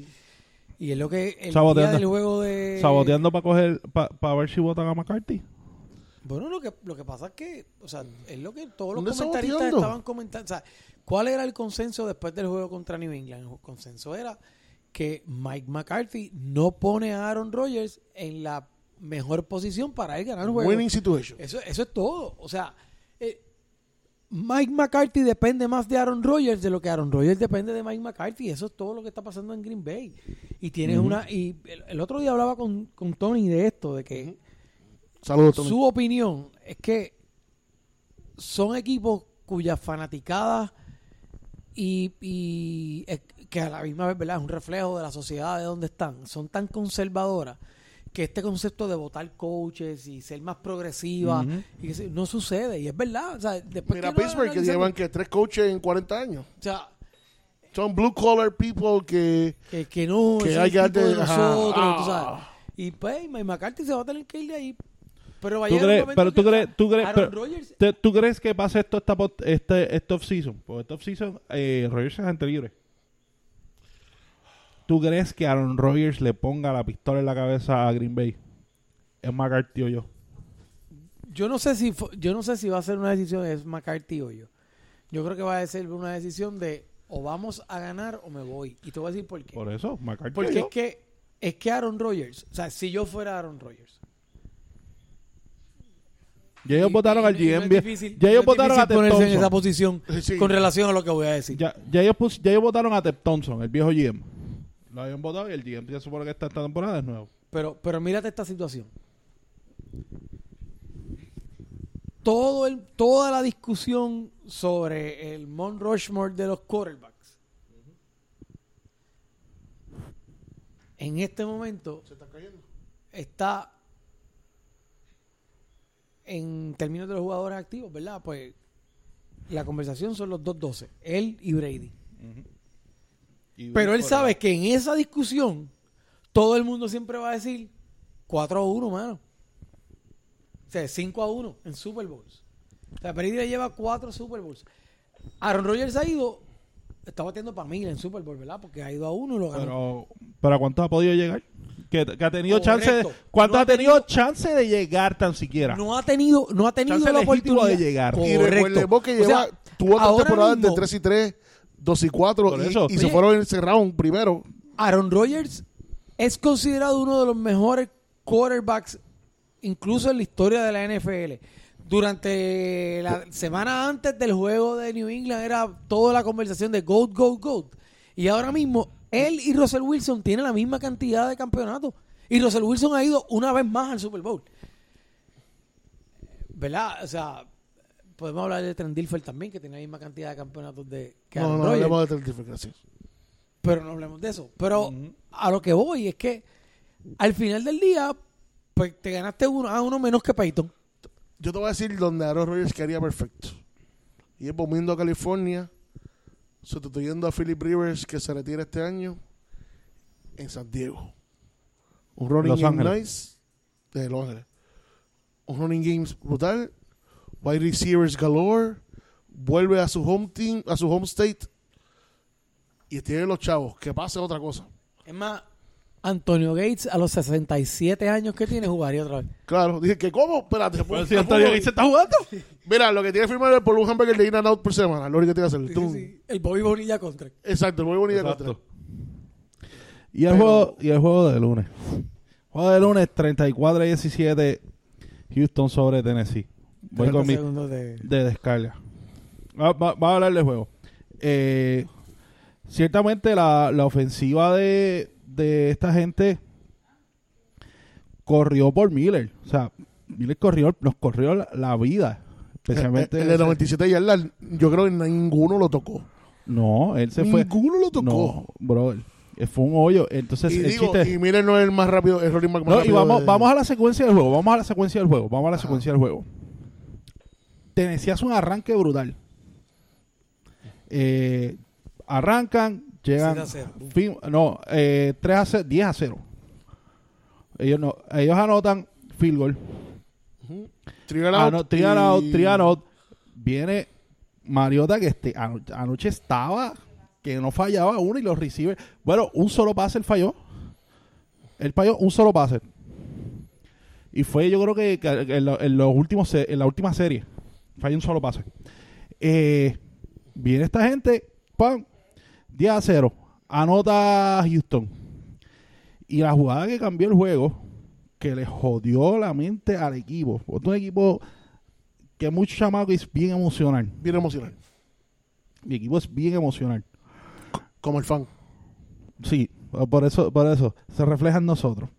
Y es lo que el día Saboteando. del juego de Saboteando para coger, para ver si votan a McCarthy. Bueno, lo que lo que pasa es que, o sea, es lo que todos los ¿Dónde comentaristas saboteando? estaban comentando, o sea, ¿cuál era el consenso después del juego contra New England? El consenso era que Mike McCarthy no pone a Aaron Rodgers en la mejor posición para él ganar un juego. Winning situation. Eso, eso es todo. O sea, eh, Mike McCarthy depende más de Aaron Rodgers de lo que Aaron Rodgers depende de Mike McCarthy. Eso es todo lo que está pasando en Green Bay. Y tienes una. Y el, el otro día hablaba con, con Tony de esto, de que Saludos, Tony. su opinión es que son equipos cuyas fanaticadas y, y es que a la misma vez ¿verdad? es un reflejo de la sociedad de donde están, son tan conservadoras que este concepto de votar coaches y ser más progresiva y que se- no sucede y es verdad o sea, después Mira, que uno Pittsburgh, que analiza- llevan que tres coaches en 40 años. o sea, Son blue collar people que. que, que no Que es hay el que tipo de darte- ajá, nosotros tú ah. sabes y pues Mike McCarthy se va a tener que ir de ahí pero va a ¿Tú llegar un crees, momento pero en tú que crees, tú crees, Aaron pero- Rodgers te- ¿tú crees que pase esto esta, pot- este, este off-season? Porque este off-season, eh, Rodgers es gente libre. ¿Tú crees que Aaron Rodgers le ponga la pistola en la cabeza a Green Bay? Es McCarthy o yo. Yo no sé si fu- yo no sé si va a ser una decisión es McCarthy o yo. Yo creo que va a ser una decisión de o vamos a ganar o me voy. Y te voy a decir por qué. Por eso, McCarthy o Porque es yo. que es que Aaron Rodgers, o sea, si yo fuera Aaron Rodgers, Ya ellos y- votaron y- al y no GM es bien. difícil- Ya no ellos es votaron a difícil Ted ponerse en esa Thompson. posición Sí. con relación a lo que voy a decir. Ya, ya ellos, pus- ya ellos votaron a Ted Thompson, el viejo GM. Lo habían votado y el GM se supone que esta, esta temporada es nuevo. Pero, pero mírate esta situación. Todo el, toda la discusión sobre el Mount Rushmore de los quarterbacks. En este momento Se está cayendo. está en términos de los jugadores activos, ¿verdad? Pues la conversación son los dos 12, él y Brady. Y- Pero él sabe que en esa discusión todo el mundo siempre va a decir 4 a 1, mano. O sea, 5 a 1 en Super Bowls. O sea, Brady le lleva 4 Super Bowls. Aaron Rodgers ha ido, está batiendo para mil en Super Bowl, ¿verdad? Porque ha ido a uno y lo ganó. Pero, pero ¿a cuánto ha podido llegar? Que, que ha tenido Correcto. chance de, ¿Cuánto No ha ha tenido, tenido- chance de llegar tan siquiera? no ha tenido, no ha tenido Chance la legítimo oportunidad de llegar. Y recordemos que O sea, lleva, tuvo tres ahora temporadas de mismo, 3 y 3, 2 y 4, Por y, eso. y se Oye. fueron encerrados un primero. Aaron Rodgers es considerado uno de los mejores quarterbacks, incluso en la historia de la NFL. Durante la semana antes del juego de New England era toda la conversación de GOAT, GOAT, GOAT. Y ahora mismo él y Russell Wilson tienen la misma cantidad de campeonatos. Y Russell Wilson ha ido una vez más al Super Bowl. ¿Verdad? O sea, podemos hablar de Trent Dilfer también, que tiene la misma cantidad de campeonatos de, que No, Aaron no, Rodgers. hablemos de Trent gracias. Pero no hablemos de eso. Pero a lo que voy es que al final del día, pues te ganaste uno a uno menos que Peyton. Yo te voy a decir donde Aaron Rodgers quedaría perfecto. Y es volviendo a California, sustituyendo a Philip Rivers, que se retira este año, en San Diego. Un running Los game Ángeles. nice de Los Ángeles. Un running game brutal. Wide receivers galore. Vuelve a su home team, a su home state. Y tiene los chavos. Que pase otra cosa. Es más, Antonio Gates a los 67 años que tiene jugaría otra vez. Claro, dije que cómo, espérate. Pero pues, si Antonio tampoco- Gates está jugando. Mira, lo que tiene que firmar es por un hamburger de In and Out por semana. Lo único que tiene que hacer. Tum. El Bobby Bonilla contra. Exacto, muy bonito. Exacto. Y el, juego, y el juego de lunes. Juego de lunes 34 17. Houston sobre Tennessee. Voy con mi, de descarga. Va- va- Vamos a hablar del juego. Eh, ciertamente la, la ofensiva de, de esta gente corrió por Miller. O sea, Miller corrió, nos corrió la, la vida. Especialmente. Eh, El de 97 yardas, yo creo que ninguno lo tocó. no, él se fue. ninguno lo No, tocó. brother. Eh, Fue un hoyo. Entonces, Y el digo, chiste- y Miller no es el más rápido, el running back más No, y rápido vamos, de- vamos a la secuencia del juego. Vamos a la secuencia del juego. Vamos a la Ajá. secuencia del juego. Tennessee hace un arranque brutal. Eh, arrancan, llegan. 6 a 0. fin- no, eh, 3 a 0, 10 a 0. Ellos, no, ellos anotan field goal. Trigger Ano- out. Ah, Trial y- out, trial out. Viene Mariota que este, ano- anoche estaba, que no fallaba uno y los recibe. Bueno, un solo pase él falló. Él falló un solo pase. Y fue, yo creo que, que en, lo- en los últimos, se- en la última serie. Falló un solo pase. Eh, viene esta gente, pam, 10 a 0. Anota Houston. Y la jugada que cambió el juego, que le jodió la mente al equipo. Porque un equipo que muchos chamacos es bien emocional. Bien emocional. Mi equipo es bien emocional. Como el fan. Sí, por eso, por eso. Se refleja en nosotros.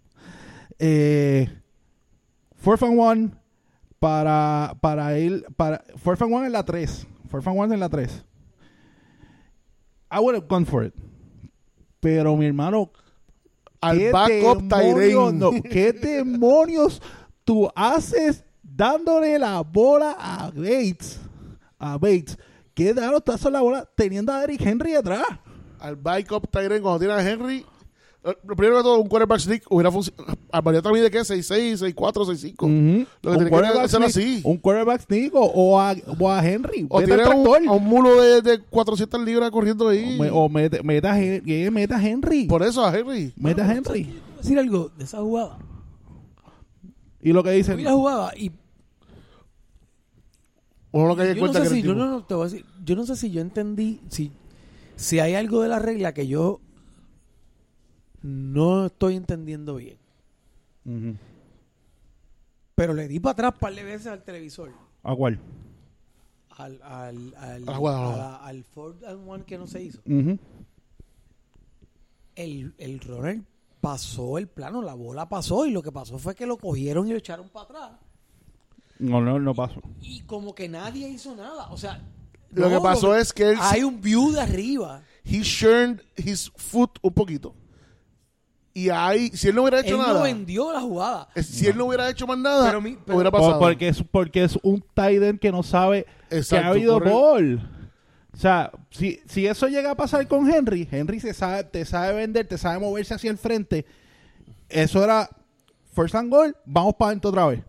Eh, fourth and one para, para él. Para, fourth and one en la 3. Fourth and one en la 3. I would have gone for it. Pero mi hermano, Al ¿Qué demonios- backup Tyrein. no, ¿Qué demonios tú haces dándole la bola a Bates? A Bates. ¿Qué demonios tú haces la bola teniendo a Eric Henry atrás? Al backup Tyrein cuando tiene a Henry. eh, Lo primero que todo, un quarterback sneak hubiera funcionado. Al variante también de qué? 6-6, 6-4, 6-5. Lo que un, tiene que quarterback hacer sneak, así. un quarterback sneak o, o a, o a Henry. O Vete al tiene a tractor. oh. un, a un mulo de, de 400 libras corriendo ahí. O me- o mete, meta, a Hen- que meta a Henry. Por eso a Henry. Meta a Henry. decir algo de esa jugada. Y lo que Yo dicen. vi la jugada y Uno no cae en yo no cuenta sé que era si el yo tipo. no, no, te voy a decir, yo no sé si yo entendí si si hay algo de la regla que yo no estoy entendiendo bien. Ujú. Pero le di para atrás un par de veces al televisor. ¿A cuál? Al, al, al, Ah, bueno. a la- al Ford and One que no se hizo. Ujú. El, el runner pasó el plano, la bola pasó y lo que pasó fue que lo cogieron y lo echaron para atrás. No, no, no pasó. Y como que nadie hizo nada. O sea, Lo que pasó es que él- hay un view de arriba. He churned his foot un poquito. Y ahí, si él no hubiera hecho Él no nada, vendió la jugada. eh, si él no hubiera hecho más nada, Pero mi- pero- hubiera Por- pasado. porque, es, porque es un tight end que no sabe que Exacto, ha habido correcto. gol. O sea, si, si eso llega a pasar con Henry, Henry se sabe, te sabe vender, te sabe moverse hacia el frente. Eso era first and goal, vamos para adentro otra vez.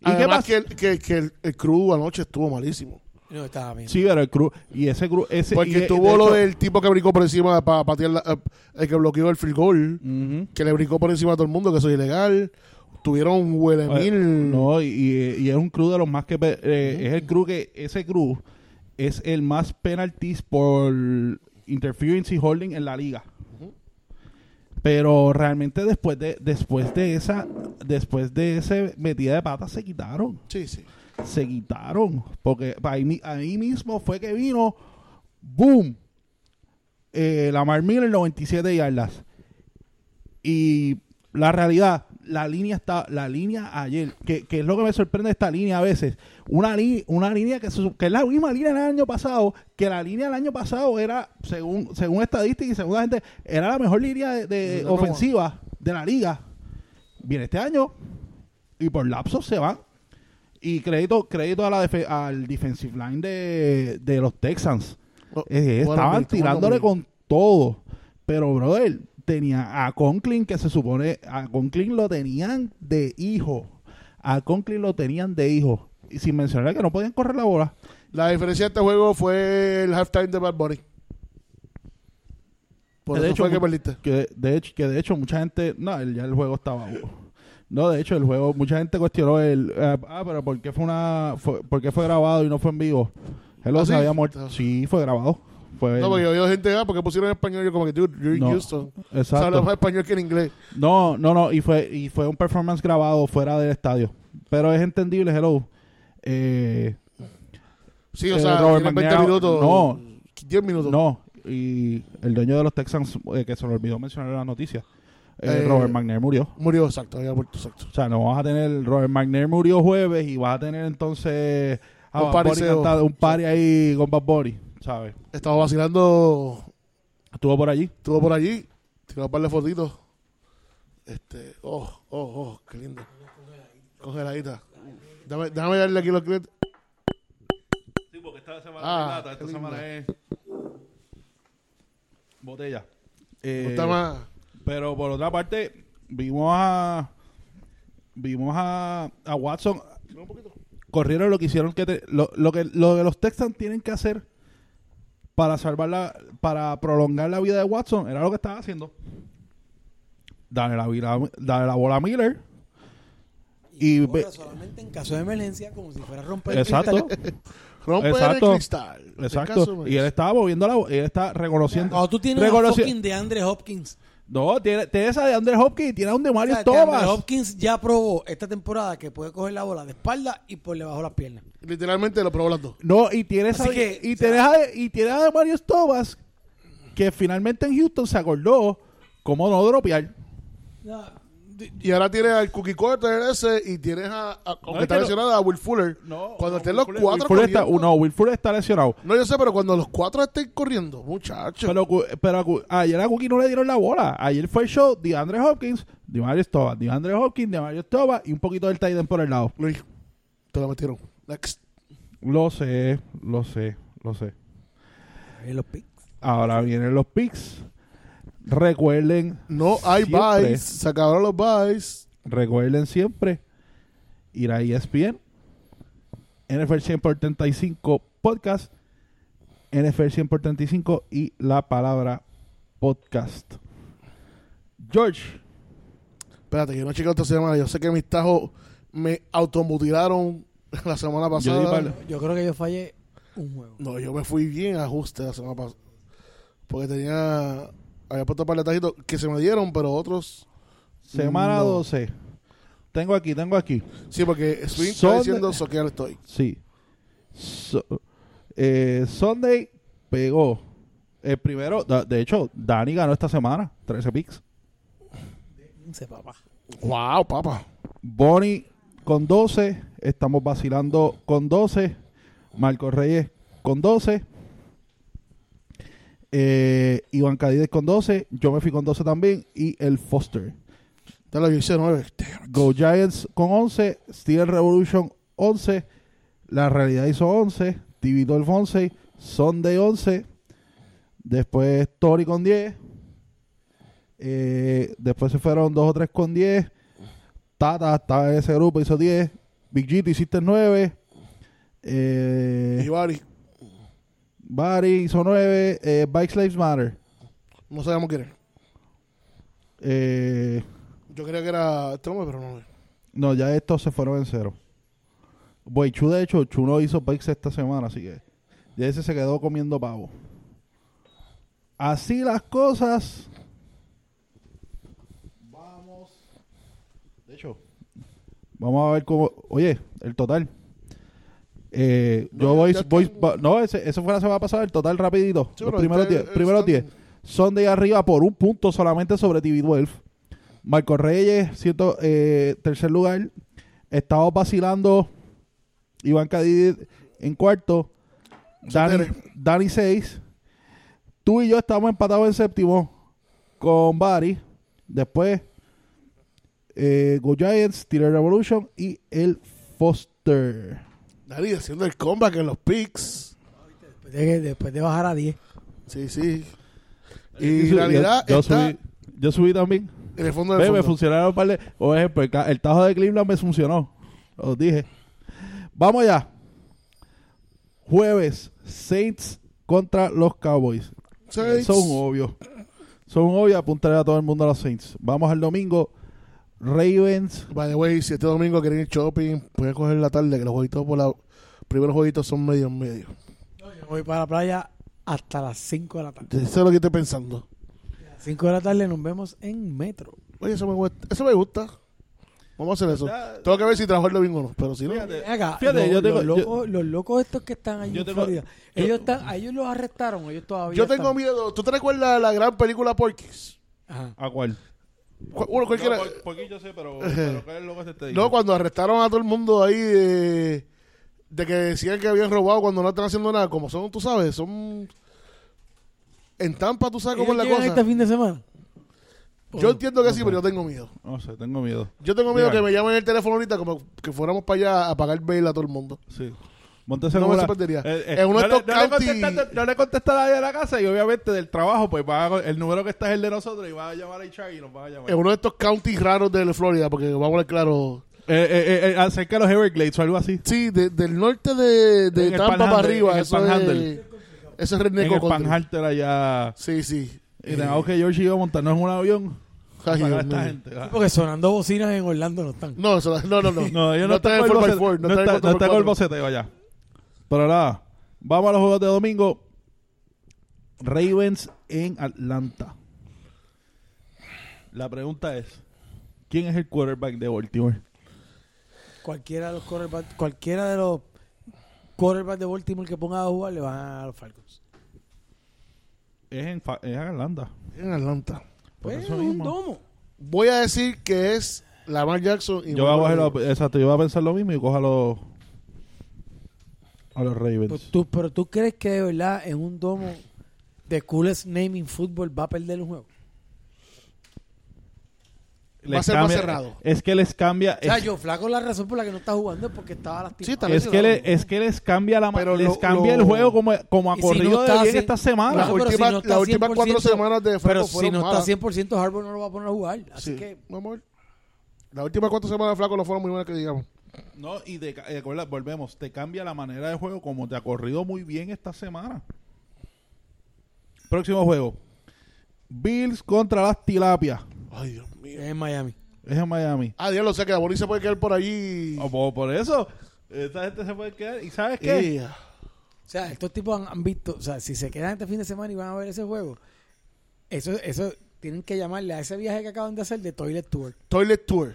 ¿Y qué Además pasa? que, el, que, que el, el crew anoche estuvo malísimo. No estaba bien. Sí, pero el cruz. Y ese cruz. Ese, y, Porque de tuvo lo hecho- del tipo que brincó por encima para patear la- eh, el que bloqueó el field goal, Ujú. que le brincó por encima a todo el mundo, que eso es ilegal. Tuvieron un huele Oye, mil. No, y, y- y es un crew de los más que. pe- eh, Es el crew que. Ese crew es el más penalties por interference y holding en la liga. Pero realmente después de después de esa después de ese metida de patas se quitaron, Sí, sí. se quitaron, porque ahí, mi- ahí mismo fue que vino boom eh, Lamar Miller 97 yardas. Y la realidad, la línea está, la línea ayer, que, que es lo que me sorprende de esta línea a veces. Una, li- una línea que, se- que es la misma línea del año pasado, que la línea del año pasado era, según, según estadística y según la gente, era la mejor línea de, de Sí, no, ofensiva de la liga. Viene este año y por lapsos se van. Y crédito, crédito a la defe- al defensive line de, de los Texans. No, Eh, bueno, estaban Milton, tirándole bueno, con todo. Pero, brother, tenía a Conklin que se supone, a Conklin lo tenían de hijo. A Conklin lo tenían de hijo. Y sin mencionar que no podían correr la bola. La diferencia de este juego fue el halftime de Bad Bunny. Por Eh, de eso fue mu- que perdiste. que de hecho, que de hecho mucha gente, no, el- ya el juego estaba. No, de hecho el juego, mucha gente cuestionó el, eh, ah, pero ¿por qué fue una, fue- por qué fue grabado y no fue en vivo? Él lo ¿Ah, sí? sabía muerto. Sí, fue grabado. Fue No, porque yo oigo gente, ah, porque pusieron en español. Yo, como que, dude, you're in No, Houston. exacto. Sabes más español que en inglés. No, no, no, y fue, y fue un performance grabado fuera del estadio. Pero es entendible, hello. Eh, Sí, o Eh, sea, Robert tienen 20 McNair- minutos. no. 10 minutos. no, y el dueño de los Texans, eh, que se le olvidó mencionar en la noticia, eh, Eh, Robert McNair murió. Murió, exacto, había muerto, exacto. O sea, no vas a tener, Robert McNair murió jueves y vas a tener entonces a Un Bad Bunny pariseo. cantando, un party ahí con Bad Bunny, ¿sabes? Estaba vacilando, Estuvo por allí. estuvo por allí, tiró un par de fotitos. Este, oh, oh, oh, qué lindo. Congeladita. Dame, déjame darle aquí los clientes. Sí, porque esta semana Ah, es lata, esta qué lindo. semana es botella. Eh, Me gusta más. Pero por otra parte, vimos a. Vimos a, a Watson. corrieron lo que hicieron que te- lo, lo que lo que los Texans tienen que hacer para salvar la para prolongar la vida de Watson era lo que estaba haciendo. Dale la, vida- dale la bola a Miller. Y corre ve- solamente en caso de emergencia, como si fuera a romper el exacto, Rompe Exacto. el cristal. exacto. pues. Y él estaba moviendo la bo- y él está cristal. reconociendo. Cuando tú tienes un reconoci- fucking de Andre Hopkins. No, tiene, tiene esa de Andrew Hopkins y tiene un de O Mario sea, que Andre Thomas. Hopkins ya probó esta temporada que puede coger la bola de espalda y por debajo de las piernas. Literalmente lo probó las dos. No, y tiene esa, Así que, y o sea- tiene a, y tiene a Mario Thomas que finalmente en Houston se acordó cómo no dropear. Y ahora tienes al Cookie Corter ese y tienes a, a- aunque No, es que está no- lesionado, a Will Fuller. cuando estén los cuatro Will Fuller está, corriendo- no, Will Fuller está lesionado. No, yo sé, pero cuando los cuatro estén corriendo, muchachos. Pero, cu- pero a cu- ayer a Cookie no le dieron la bola. Ayer fue el show de Andre Hopkins, de Mario Thomas, de Andre Hopkins, de Mario Thomas y un poquito del Tiden por el lado. Luis, te la metieron. Next. Lo sé, lo sé, lo sé. Ahí los picks. Ahora vienen los picks. Recuerden No hay Siempre. buys. Se acabaron los buys. Recuerden siempre ir a E ESPN, NFL 100 por 35 podcast, NFL 100 por 35 y la palabra podcast. George, Espérate, que no he checado esta semana. Yo sé que mis tajos me automutilaron la semana Yo di palo. pasada. Yo creo que yo fallé un juego. No, yo me fui bien a ajuste la semana pasada. Porque tenía. Había puesto un par de tajitos que se me dieron, pero otros. semana No. 12. Tengo aquí, tengo aquí. Sí, porque Swing Son- está diciendo soquear estoy. Sí. So- eh, Sunday pegó. El primero, da- de hecho, Dani ganó esta semana, 13 picks. Se papá. ¡Wow, papá! Bonnie con 12. Estamos vacilando con 12. Marco Reyes con 12. Eh, Iván Cadides con 12. Yo me fui con 12 también. Y el Foster. Te lo hice nueve. Go Giants con 11. Steel Revolution 11. La realidad hizo 11. TV Dolph 11. Sunday 11. Después Tori con 10. Eh, después se fueron 2 o 3 con 10. Tata estaba en ese grupo, hizo 10. Big G, tú hiciste 9. Eh, Ibarri, Barry hizo 9. Eh, Bikes Lives Matter. no sabemos quién es. Eh, Yo creía que era este hombre, pero no. No, ya estos se fueron en cero. Boichu, de hecho, Chu no hizo picks esta semana, así que ya ese se quedó comiendo pavo. Así las cosas. Vamos. De hecho, vamos a ver cómo. Oye, el total. Eh, No, yo ya- voy. ya voy- están- va- no, ese, eso fue la semana pasada, el total rapidito. Sí, los pero este primeros está- 10. Primeros están- 10. Son de arriba por un punto solamente sobre TV12. Marco Reyes, siento, eh, tercer lugar. Estamos vacilando. Iván Cadiz en cuarto. Dani, Tres. Dani seis. Tú y yo estamos empatados en séptimo con Barry. Después, eh, Go Giants, Tiller Revolution y el Foster. Dari haciendo el comeback en los picks. Después de, después de bajar a 10. Sí, sí. Yo Y subí- la realidad yo, yo está subí, yo subí también. en el fondo Ve, del me fondo. funcionaron un par de- por ejemplo, el, ca- el tajo de Cleveland me funcionó. Os dije. Vamos allá. Jueves, Saints contra los Cowboys. Saints. Son obvios. Son obvios apuntar a todo el mundo a los Saints. Vamos al domingo. Ravens. By the way, si este domingo quieren ir shopping, pueden coger la tarde, que los jueguitos por la... Primeros jueguitos son medio en medio. Yo voy para la playa hasta las 5 de la tarde. Eso es lo que estoy pensando. 5 de la tarde nos vemos en Metro. Oye, eso me, gusta. Eso me gusta. Vamos a hacer eso. Ya. Tengo que ver si trabajo el domingo o no, pero si no... Fíjate. Ven acá, Fíjate, los, yo tengo- los locos, los locos estos que están allí Yo en tengo- Florida, ellos, están, a ellos los arrestaron, ellos todavía Yo tengo están- miedo. ¿Tú te recuerdas la gran película Porky's? Ajá. ¿A cuál? Cu- Bueno, cualquiera... yo sé, pero, pero ¿cuál es lo que se te No, cuando arrestaron a todo el mundo ahí de, de que decían que habían robado cuando no están haciendo nada, como son, tú sabes, son... En Tampa, tú sabes cómo ¿Ellos es la llegan cosa. este fin de semana? Yo entiendo que sí, pero yo tengo miedo. No sé, tengo miedo. Yo tengo miedo Mira. que me llamen el teléfono ahorita como que fuéramos para allá a pagar bail a todo el mundo. Sí. Montese No como me la- sorprendería. En uno de eh, no, le- estos no le county- contestan- no le contestan a nadie de la casa y obviamente del trabajo, pues va a- el número que está es el de nosotros y va a llamar a HR y nos va a llamar. En uno de estos counties raros de Florida, porque vamos a ver claro, Eh, eh, eh, acerca de los Everglades o algo así. Sí, de- del norte de, de En el Tampa para Panhandle, en arriba. el Eso es, Panhandle. eso es redneck en el country. Panharter allá. Sí, sí. Eh, Y tenemos que George iba a montarnos en un avión. Ay, para Dios esta mío. gente. ¿verdad? Porque sonando bocinas en Orlando no están. No, eso, no, no, no. No, ellos no, está están el con el 4x4, boceteo. No está el está- no está con el 4x4. boceteo allá. Pero nada, vamos a los juegos de domingo. Ravens en Atlanta. La pregunta es, ¿quién es el quarterback de Baltimore? Cualquiera de los quarterbacks, cualquiera de los quarterbacks de Baltimore que ponga a jugar le van a los Falcons. Es en, fa- es en Atlanta. En Atlanta. Por Pues, eso un mismo. domo. Voy a decir que es Lamar Jackson. Y Yo voy a coger Marlon lo- exacto, yo voy a pensar lo mismo y cojo a los a los Pues Ravens. tú- pero tú crees que de verdad en un domo de coolest naming football va a perder un juego. Les va a ser más cambia- cerrado. Es que les cambia O sea, es, yo flaco la razón por la que no está jugando es porque estaba lastimado. Sí, está es que le- es eh, que les cambia la ma- Pero les lo- cambia lo- el juego como, como ha Y si corrido no está de bien así- esta semana. Las Claro, pero si últimas- no está las últimas 100%, cuatro semanas de Pero Franco si fueron no malas. está 100%, Harbaugh no lo va a poner a jugar. Así Sí, que mi amor. Las últimas cuatro semanas de Flaco no fueron muy buenas que digamos. No, y de, eh, acuerda- volvemos, te cambia la manera de juego como te ha corrido muy bien esta semana. Próximo juego. Bills contra las Tilapias. Ay, Dios mío. es en Miami. Es en Miami. Ah, Dios, lo sé que la Boris se puede quedar por allí. O Oh, po- por, eso, esta gente se puede quedar. ¿Y sabes qué? Eh, O sea, estos tipos han, han visto, o sea, si se quedan este fin de semana y van a ver ese juego, eso, eso tienen que llamarle a ese viaje que acaban de hacer de Toilet Tour. Toilet Tour.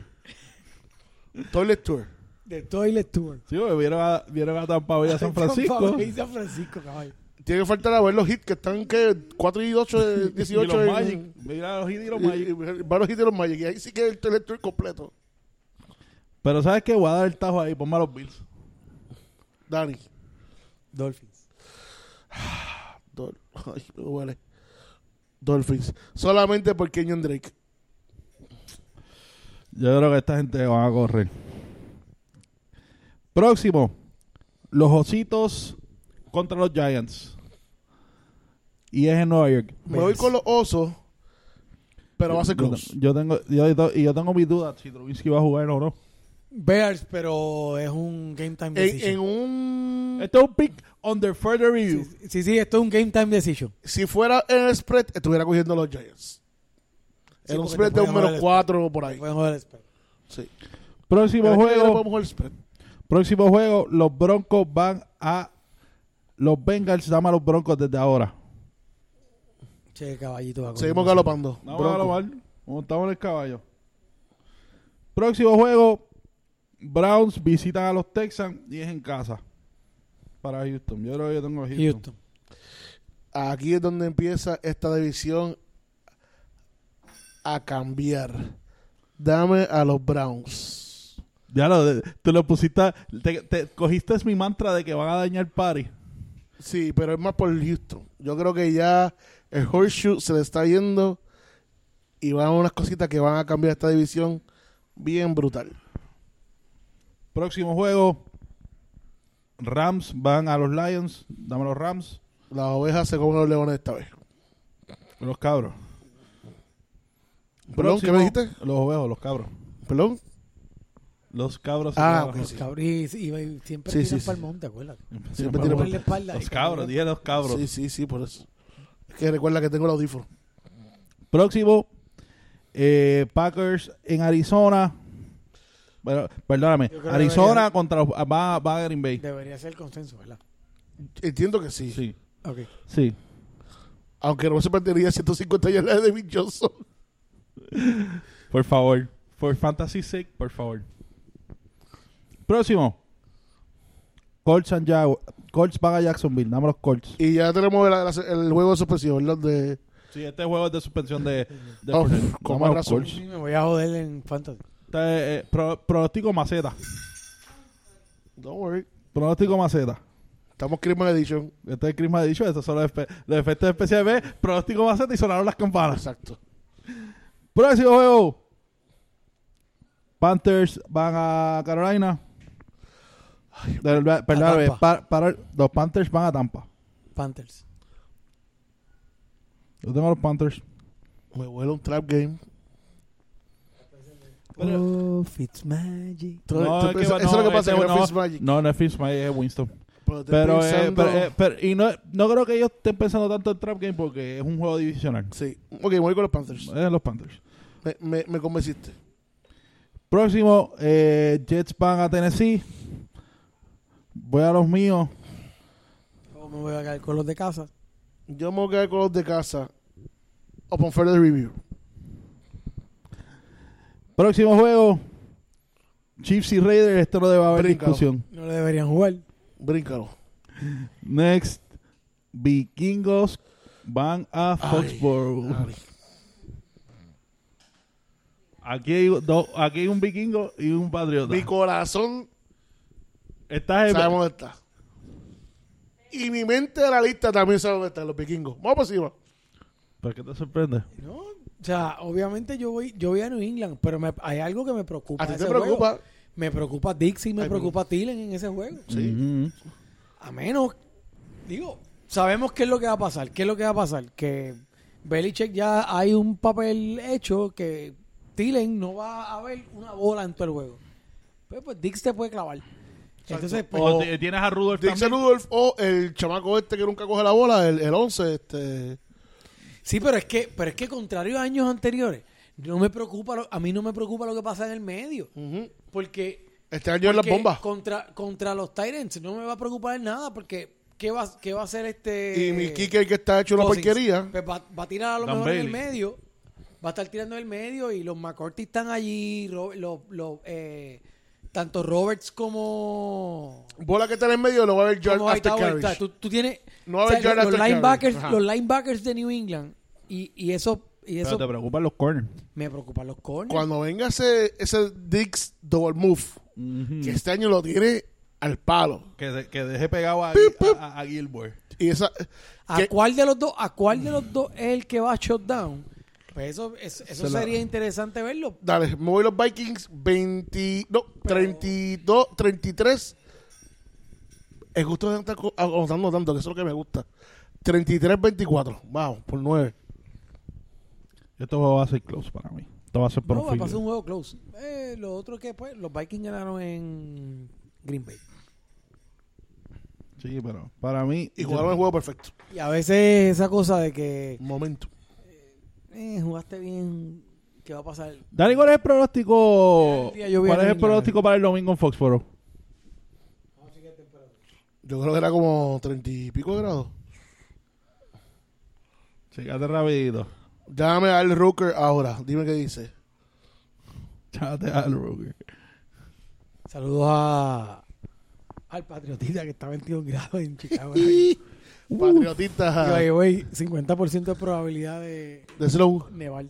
Toilet Tour. De Toilet Tour. Sí, porque vieron a, vieron a Tampa Bay a San Francisco. Tampa Bay, San Francisco, caballo. Tiene que faltar a ver los hits que están que 4 y 8, de- Y los 18 en- Magic. Mira los Heat y los y- Magic. y- varios hits de los Magic. Y ahí sí que el Toilet Tour completo. Pero ¿sabes qué? Voy a dar el tajo ahí. Ponme a los Bills. Dani. Dolphins. Dol- Ay, me duele. Dolphins. Solamente por Kenyon Drake. Yo creo que esta gente va a correr. Próximo. Los ositos contra los Giants. Y es en Nueva York. Me voy con los osos, pero va a ser Yo- close. Yo tengo, yo, yo- y yo tengo mis dudas si Trubinsky va a jugar o no. Bears, pero es un game time En, en decision. un. Este es un pick under further review. Sí, sí, sí, esto es un game time decision. Si fuera en el spread, estuviera cogiendo los Giants. Sí, en un porque spread te de pueden un menos joder. 4 o por ahí. Pueden jugar el spread. Sí. Próximo Pero es que yo le puedo juego. mover el spread. Próximo juego. Los Broncos van a los Bengals. Dame a los Broncos desde ahora. Che, caballito. va a correr. Seguimos galopando. No, Bronco. Vamos a mal. Montamos en el caballo. Próximo juego. Browns visitan a los Texans y es en casa. Para Houston. Yo creo que yo tengo a Houston. Houston. Aquí es donde empieza esta división a cambiar. Dame a los Browns. Ya lo, de- te lo pusiste. Te, te cogiste mi mantra de que van a dañar Party. Sí, pero es más por Houston. Yo creo que ya el horseshoe se le está yendo y van unas cositas que van a cambiar esta división bien brutal. Próximo juego. Rams van a los Lions. Dame a los Rams. Las ovejas se comen los leones esta vez. Los cabros. Perdón, ¿qué Próximo- me dijiste? Los ovejos, los cabros. ¿Perdón? Los cabros. Ah, los- ok. Los cabris y, y siempre Sí, sí, tiran sí. Mm. para el monte, acuérdate. Siempre Para tiran ponerle espalda. Los cabros, dije los cabros. Sí, sí, sí, por eso. Es que recuerda que tengo el audífono. Próximo, eh, Packers en Arizona. Bueno, perdóname, Yo creo que Arizona debería- contra los- va, va a Green Bay. Debería ser el consenso, ¿verdad? Entiendo que sí. Sí, Ok. sí. Aunque no me sorprendería 150 yardas de David Johnson. Por favor, por fantasy sake, por favor. Próximo, Colts, and Jagu- Colts van a Jacksonville. Dame los Colts. Y ya tenemos la- la- el juego de suspensión, ¿verdad? De, Sí, este juego es de suspensión de, de Oh, Fournette. con Dame más los razón. Colts. Sí, me voy a joder en Fantasy. Este, eh, pro- pronóstico maceta. don't worry. Pronóstico maceta. Estamos Christmas Edition. Este es Chris me ha dicho, estos son los, espe- los efectos especiales. de Pronóstico maceta y sonaron las campanas. Exacto. Próximo juego. Panthers van a Carolina. De- de- Perdóname, Tampa. pa- para- los Panthers van a Tampa. Panthers. Yo tengo a los Panthers. Me huele un trap game. Oh, Fitzmagic. Tú- No, tú es que va- piensas- eso es lo que pasa este, con no, Fitzmagic. No, no es Fitzmagic, es Winston. Pero, estoy Pero, eh, pensando- pero, eh, pero- y no, no creo que ellos estén pensando tanto en Trap Game porque es un juego divisional. Sí. Ok, voy con los Panthers. Es los Panthers. Me, me, me convenciste. Próximo, eh, Jets van a Tennessee. Voy a los míos. ¿Cómo me voy a caer con los de casa? Yo me voy a quedar con los de casa. Upon further review. Próximo juego, Chiefs y Raiders. Esto no debe haber Brincao. discusión. No le deberían jugar. Bríncalo. Next, Vikingos van a Foxborough. Aquí hay, do- aquí hay un vikingo y un patriota. Mi corazón Eh, Estás en- sabe dónde está. Y mi mente de la lista también sabe dónde están los vikingos. Vamos por encima. ¿Por qué te sorprende? No, o sea, obviamente yo voy, yo voy a New England, pero me- hay algo que me preocupa. A ti de te ese juego. preocupa. Me preocupa Dixie, me Ay, preocupa Tillen en ese juego. Sí. Ujú. A menos, digo, sabemos qué es lo que va a pasar. ¿Qué es lo que va a pasar? Que Belichick ya hay un papel hecho que Tillen no va a ver una bola en todo el juego. Pero pues Dix te puede clavar. Entonces, pues, O t- tienes a Rudolph Dixon también. Rudolph o el chamaco este que nunca coge la bola, el, el 11, este. sí, pero es que, pero es que contrario a años anteriores, no me preocupa, lo- a mí no me preocupa lo que pasa en el medio, ujú. porque Este año es las Porque bombas. Contra, contra los Tyrants no me va a preocupar en nada porque ¿qué va, qué va a hacer este... Y mi kicker que está hecho una Cousins? porquería. Pues va, va a tirar a lo Dan mejor en el Bailey. medio. Va a estar tirando en el medio y los McCourty están allí. Ro- Los, los, eh, tanto Roberts como... Bola que está en el medio lo va a ver George como after Hightower. O sea, carriage. tú, tú tienes... No va a haber los- yard los, after carry. linebackers, Ajá. los linebackers de New England y, y eso... Y Pero eso te preocupan los corners. me preocupan los corners. Cuando venga ese, ese Dix double move, Ujú. que este año lo tiene al palo. Que, de- que dejé pegado a, a- a- a Gilbert. Y esa. ¿A que- cuál de los dos, a cuál de los dos es el que va a shutdown? Pues eso, es- eso Se la- sería interesante verlo. Dale, me voy los Vikings 20, no, Pero- 32, 33. Es gusto de estar co- anotando tanto, que eso es lo que me gusta. 33-24, wow, por 9. Esto va a ser close para mí. Esto va a ser por No, un va a field pasar un goal. juego close. Eh, lo otro que pues, los Vikings ganaron en Green Bay. Sí, pero para mí. Y jugaron el juego perfecto. Y a veces esa cosa de que Momento. eh, jugaste bien, ¿qué va a pasar? Dani, ¿cuál es el pronóstico? El día yo vi a ¿Cuál es el New England. pronóstico para el domingo en Foxboro? Yo creo que era como 30 y pico de grados. Checate rapidito. Llámame al Rooker ahora, dime qué dice. Chate al Ruger. Saludos a al patriotita que está 21 grados en Chicago. Y ahí Patriotita. voy, 50% de probabilidad de Decirlo, nevar.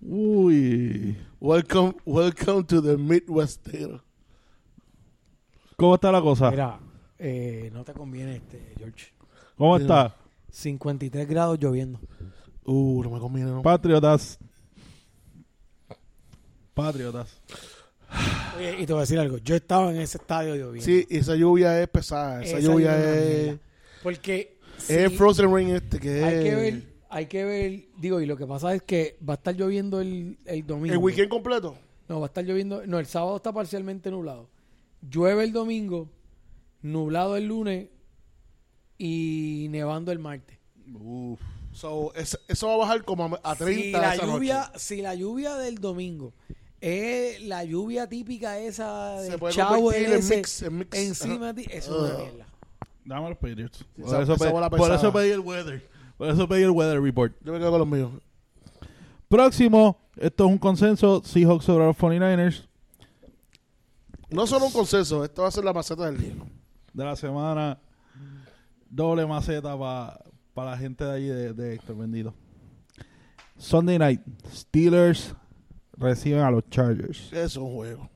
Uy. welcome, welcome to the Midwest Theater. ¿Cómo está la cosa? Mira, eh, no te conviene este, George. ¿Cómo mira. está? 53 grados lloviendo. Uh, no me conviene, no. Patriotas. Patriotas. Oye, y te voy a decir algo. Yo estaba en ese estadio lloviendo. Sí, esa lluvia es pesada. Esa, lluvia es una es. mierda. Porque sí, Es Frozen Rain este que hay es. que ver, hay que ver, digo, y lo que pasa es que va a estar lloviendo el, el domingo. El weekend completo. No, va a estar lloviendo, no, el sábado está parcialmente nublado. Llueve el domingo, nublado el lunes y nevando el martes. So, es- eso va a bajar como a- a 30 si la esa noche. lluvia, si la lluvia del domingo es la lluvia típica esa Se del puede chavo convertir en ese mix, en mix. Ah. encima Ajá. de ti, eso es una Ugh. mierda. Dame los Patriots. Por, Esa- eso, esa pe- bola por pesada. eso pedí el weather. Por eso pedí el weather report. Yo me quedo con los míos. Próximo. Esto es un consenso. Seahawks sobre los 49ers. No solo un consenso, esto va a ser la maceta del día. De la semana. Doble maceta para la gente de allí de, de Héctor Bendito. Sunday night. Steelers reciben a los Chargers. Eso es un juego.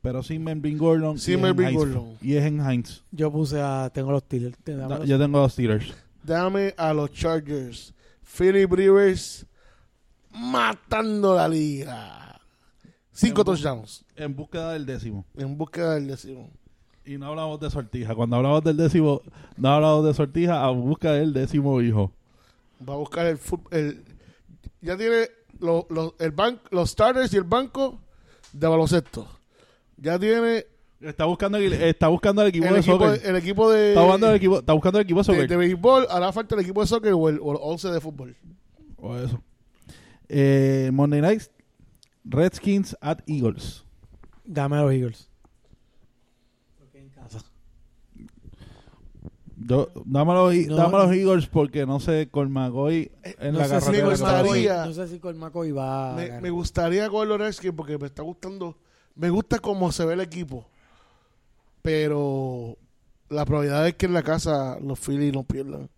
Pero sin Melvin Gordon. y Sin es en Melvin Heinz- Gordon. Y es en Heinz. Yo puse a. Tengo los Steelers. te- dame los- Yo tengo a los Steelers. Dame a los Chargers. Philly Brewers matando la liga. Cinco touchdowns En búsqueda del décimo. en búsqueda del décimo. Y no hablamos de sortija. Cuando hablamos del décimo, no hablamos de sortija a busca del décimo hijo. Va a buscar el fútbol. Ya tiene lo- lo- el ban- los starters y el banco de baloncesto. Ya tiene Está buscando, el- está buscando el equipo el de equipo, soccer. el equipo de, eh, está, buscando el equipo, está buscando el equipo de de, soccer. de béisbol. Hará falta el equipo de soccer o el, o el 11 de fútbol. O eso. Eh, Monday Night, Redskins at Eagles. Dame a los Eagles. en casa. Yo, dame a los, No. dame a los Eagles porque no sé, Colmagoy en no la sé si carretera. me que va. gustaría- No sé si Colmacoy Ah, va. a me, ganar. me gustaría con los Redskins porque me está gustando. Me gusta cómo se ve el equipo. Pero la probabilidad es que en la casa los Phillies no pierdan.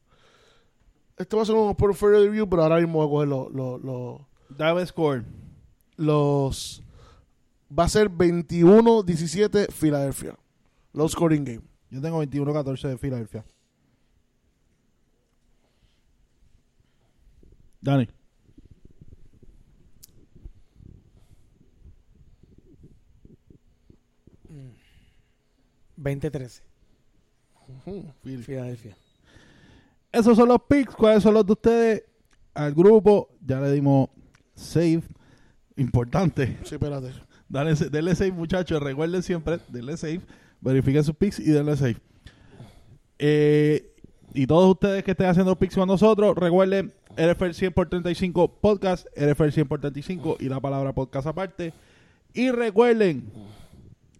Esto va a ser un portfolio review, pero ahora mismo voy a coger los. los- los- Dame score. los- va a ser 21-17 Philadelphia. Low scoring game. Yo tengo 21-14 de Filadelfia. Dani. Mm. 20-13. Ujú. Filadelfia. Esos son los picks. ¿Cuáles son los de ustedes? Al grupo ya le dimos save. Importante. Sí, espérate. Dale, denle save, muchachos. Recuerden siempre, denle save. Verifiquen sus picks y denle save. Eh, y todos ustedes que estén haciendo picks con nosotros, recuerden RFL 100 por 35 podcast, RFL 100 por 35 y la palabra podcast aparte. Y recuerden,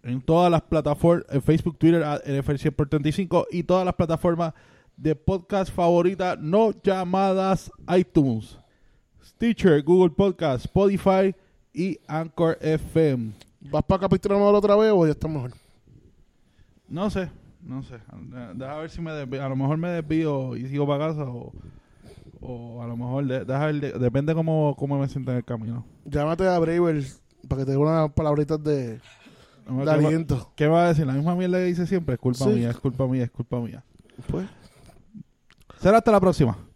en todas las plataformas, en Facebook, Twitter, a NFL 100 por 35 y todas las plataformas de podcast favoritas no llamadas iTunes, Stitcher, Google Podcast, Spotify y Anchor FM. ¿Vas para Capitán Amaro otra vez o ya está mejor? No sé, no sé. Eh, Deja ver si me desvío. A lo mejor me desvío y sigo para casa o, o a lo mejor, de- deja ver, de- depende cómo, cómo me sienta en el camino. Llámate a Braver para que te dé unas palabritas de, No, de ¿qué va- aliento. ¿Qué va a decir? La misma mierda que dice siempre. Es culpa Sí. mía, es culpa mía, es culpa mía. Pues. Será hasta la próxima.